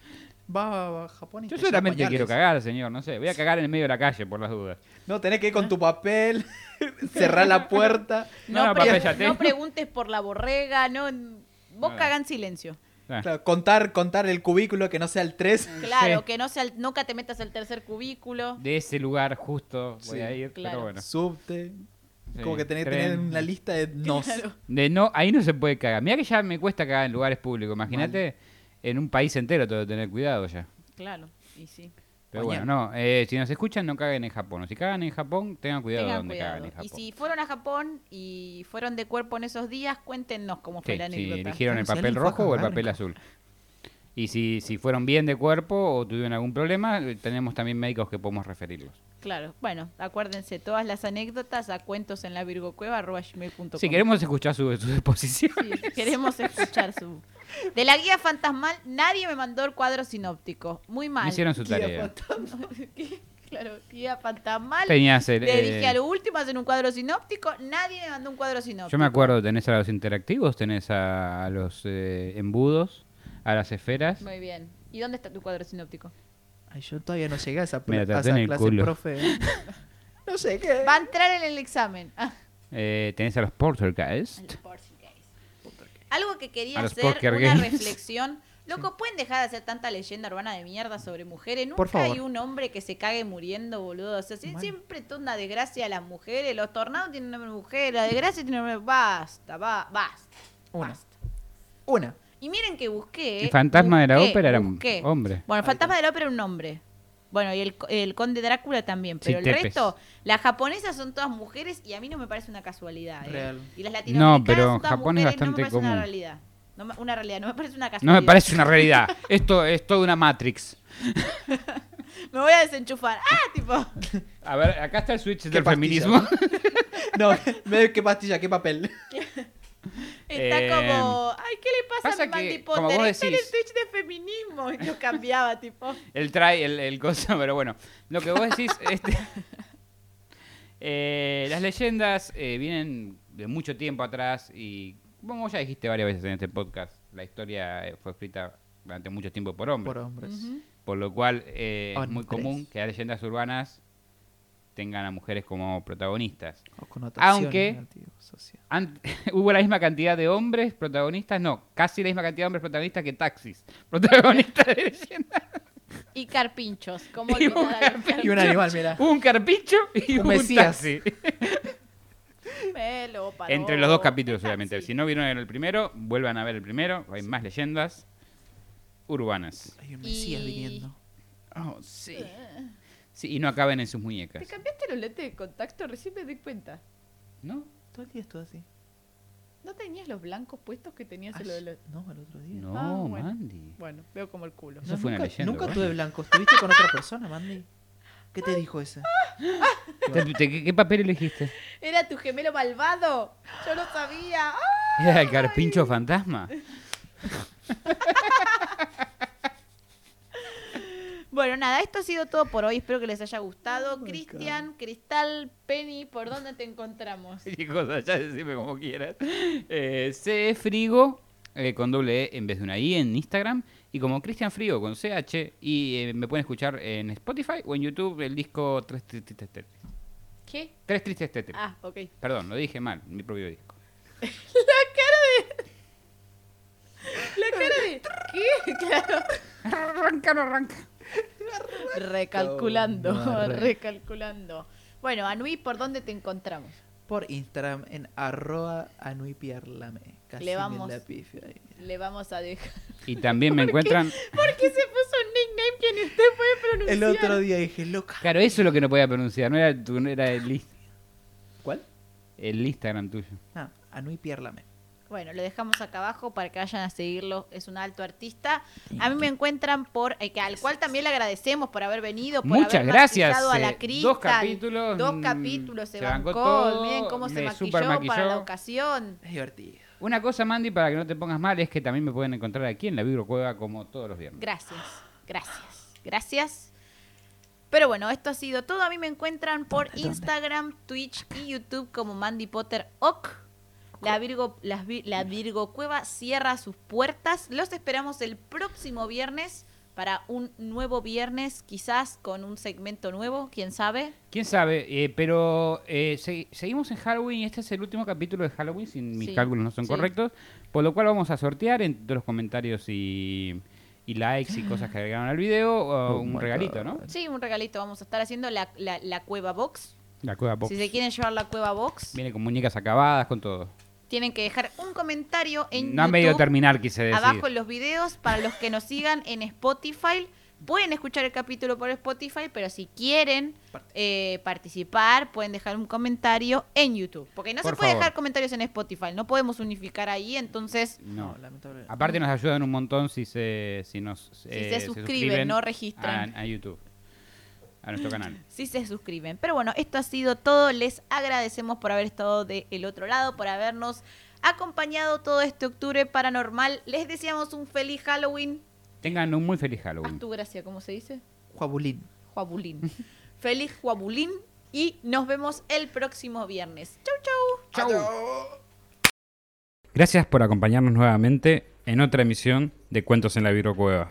Va, va, va, Japón y
Yo
te lleva
solamente
pañales.
quiero cagar, señor, no sé. Voy a cagar en el medio de la calle, por las dudas.
No, tenés que ir con tu
Ah.
papel, cerrar la puerta.
No,
No, no,
pre-
papel, ya
no
tengo.
preguntes por la borrega, no. Vos
Nada.
cagá en silencio.
Ah.
Claro, contar, contar el cubículo que no sea el 3.
Claro,
Sí.
que no sea el- nunca te metas al tercer cubículo.
De ese lugar justo voy
Sí.
a ir,
Claro.
pero bueno.
Subte.
Sí,
Como que tenés que
tren.
tener una lista de nos.
De no, ahí no se puede cagar. Mira que ya me cuesta cagar en lugares públicos. Imagínate en un país entero tengo que tener cuidado ya.
Claro, y sí.
Pero
Mañana.
bueno, no. eh, si nos escuchan, no caguen en Japón. O si cagan en Japón, tengan cuidado
Tengan
donde cagan
cuidado.
en Japón.
Y si fueron a Japón y fueron de cuerpo en esos días, cuéntenos cómo fue
Sí,
la
si
anécdota.
eligieron el
Vamos a
papel
salir,
rojo
fuck,
o el
agarren.
papel azul. Y si, si fueron bien de cuerpo o tuvieron algún problema, eh, tenemos también médicos que podemos referirlos.
Claro, bueno, acuérdense todas las anécdotas a cuentos en la virgocueva.gmail.com.
Si queremos escuchar su, su exposición.
Sí, queremos escuchar su. De la guía fantasmal, nadie me mandó el cuadro sinóptico. Muy
No
mal.
hicieron su tarea.
Claro, guía fantasmal.
Tenías el,
Le
eh,
dije a lo último hacen un cuadro sinóptico, nadie me mandó un cuadro sinóptico.
Yo me acuerdo, tenés a los interactivos, tenés a, a los eh, embudos, a las esferas.
Muy bien. ¿Y dónde está tu cuadro sinóptico?
Ay, yo todavía no llegué a esa,
Me la
pla- a esa
tatué en el
clase,
culo.
profe. No sé qué.
Va a entrar en el examen. Ah,
eh, tenés a los poltergeist.
el poltergeist. Algo que quería
A los
hacer, una
poltergeist.
reflexión. Loco, ¿pueden dejar de hacer tanta leyenda urbana de mierda sobre mujeres? Nunca
Por favor.
hay un hombre que se cague muriendo, boludo. O sea, si- siempre toda una desgracia a las mujeres. Los tornados tienen nombre de mujer, la desgracia tiene nombre de... Basta, va, basta.
Una.
basta.
Una.
Y miren que busqué.
El fantasma de la
busqué,
ópera era un
busqué.
hombre.
Bueno, el fantasma de la ópera era un hombre. Bueno, y el, co- el conde Drácula también.
Sí,
Pero el
Tepes.
resto, las japonesas son todas mujeres y a mí no me parece una casualidad. ¿eh?
Real.
Y las latinoamericanas
No, pero
son todas
Japón es
mujeres, no me
bastante
parece una
común.
realidad. No me- una realidad, no me parece una
No
casualidad.
me parece una realidad. Esto es toda una Matrix.
Me voy a desenchufar. ¡Ah! Tipo.
A ver, acá está el switch del
pastilla?
feminismo.
No, ve qué pastilla, qué papel.
Está
Eh,
como. ¡Ay, qué le pasa,
pasa
a mi Mandy
que,
Potter!
como vos
Está en el
decís-
Twitch de feminismo. Y lo cambiaba, tipo.
el try, el, el coso, pero bueno. Lo que vos decís, este, eh, las leyendas eh, vienen de mucho tiempo atrás y como ya dijiste varias veces en este podcast, la historia eh, fue escrita durante mucho tiempo por hombres.
Por
Por,
hombres.
lo cual eh, es muy
Hombres.
común que las leyendas urbanas tengan a mujeres como protagonistas.
O connotaciones
Aunque-
negativas, social.
Ant- Hubo la misma cantidad de hombres protagonistas, no, casi la misma cantidad de hombres protagonistas que taxis. Protagonistas de leyenda.
Y carpinchos. Como
Y un
Y un animal, mira.
Un carpicho y
Un
un,
mesías.
taxi. Entre los dos capítulos,
Ah,
obviamente. Si no vieron el primero, vuelvan a ver el primero. Hay más leyendas urbanas.
Hay un mesías
Y-
viniendo.
Oh, sí. Sí, y no acaben en sus muñecas.
¿Te cambiaste los lentes de contacto? Recién me di cuenta.
¿No?
Todo el día estuvo así.
¿No tenías los blancos puestos que tenías en lo de
Ayer-
los...
No, el otro día.
No,
Ah, bueno.
Mandy.
Bueno, veo como el culo.
Eso fue una
nunca,
leyenda
Nunca
urbana.
tuve blanco. ¿Estuviste con otra persona, Mandy? ¿Qué te dijo esa?
¿Te- te- ¿Qué, qué papel elegiste?
¡Era tu gemelo malvado! ¡Yo lo sabía! ¡Ah!
¿Era el carpincho fantasma?
Bueno, nada, esto ha sido todo por hoy. Espero que les haya gustado. Cristian, Cristal, Penny, ¿por dónde te encontramos?
Y cosas, ya decime como quieras. Eh, C Frigo eh, con doble E en vez de una I en Instagram. Y como Cristian Frigo con CH. Y eh, me pueden escuchar en Spotify o en YouTube el disco Tres Tristes Tetres.
¿Qué?
Tres Tristes Tetres.
Ah, ok.
Perdón, lo dije mal, mi propio disco.
La cara de... ¿Qué? Claro.
Arranca, no arranca.
Recalculando,
No, re-
recalculando. Bueno, Anui, ¿por dónde te encontramos?
Por Instagram en arroba anuipiarlame. Casi
Le
me
vamos.
la pifio ahí.
Le vamos a dejar.
Y también me encuentran.
¿Por qué se puso un nickname que ni usted puede pronunciar?
El otro día dije, loca.
Claro, eso es lo que no podía pronunciar. No era, tu, no era el, is-
¿Cuál?
el Instagram tuyo.
Ah, anuipiarlame.
Bueno, lo dejamos acá abajo para que vayan a seguirlo. Es un alto artista. A mí me encuentran por. eh, que al cual también le agradecemos por haber venido. Por
Muchas
haber
gracias,
maquillado A la
eh,
Crystal.
dos capítulos,
Dos
mm,
capítulos se,
se bancó
bancó.
todo,
Miren cómo se
me
maquilló,
supermaquilló.
para la ocasión.
Es divertido.
Una cosa, Mandy, para que no te pongas mal, es que también me pueden encontrar aquí en la Vibro Cueva como todos los viernes.
Gracias, gracias, gracias. Pero bueno, esto ha sido todo. A mí me encuentran por
¿Dónde, dónde?
Instagram, Twitch y YouTube como Mandy Potter Oc. La Virgo, las vi- la Virgo Cueva cierra sus puertas. Los esperamos el próximo viernes para un nuevo viernes, quizás con un segmento nuevo, quién sabe.
¿Quién sabe? Eh, pero eh, se- seguimos en Halloween y este es el último capítulo de Halloween, si mis
Sí,
cálculos no son
sí.
correctos. Por lo cual vamos a sortear entre los comentarios y, y likes y cosas que agregaron al video uh,
Oh my
un
God.
regalito, ¿no?
Sí, un regalito vamos a estar haciendo la, la- la Cueva Box.
La Cueva Box.
Si se quieren llevar la Cueva Box,
Viene con muñecas acabadas, con todo.
tienen que dejar un comentario en
no han venido a
YouTube.
terminar, quise decir.
abajo en los videos para los que nos sigan en Spotify. Pueden escuchar el capítulo por Spotify, pero si quieren eh, participar, pueden dejar un comentario en YouTube. Porque no se
Por
puede
favor.
dejar comentarios en Spotify, no podemos unificar ahí, entonces
No.
lamentablemente.
Aparte nos ayudan un montón si se, si nos,
se suscriben, no registran.
A, a YouTube, a nuestro canal.
si se suscriben. Pero bueno, esto ha sido todo. Les agradecemos por haber estado del otro lado, por habernos acompañado todo este octubre paranormal. Les deseamos un feliz Halloween.
Tengan un muy feliz
Haz
Halloween.
tu gracia, ¿cómo se dice?
Juabulín.
Juabulín. Feliz Juabulín y nos vemos el próximo viernes. Chau, chau.
Gracias por acompañarnos nuevamente en otra emisión de Cuentos en la Virocueva.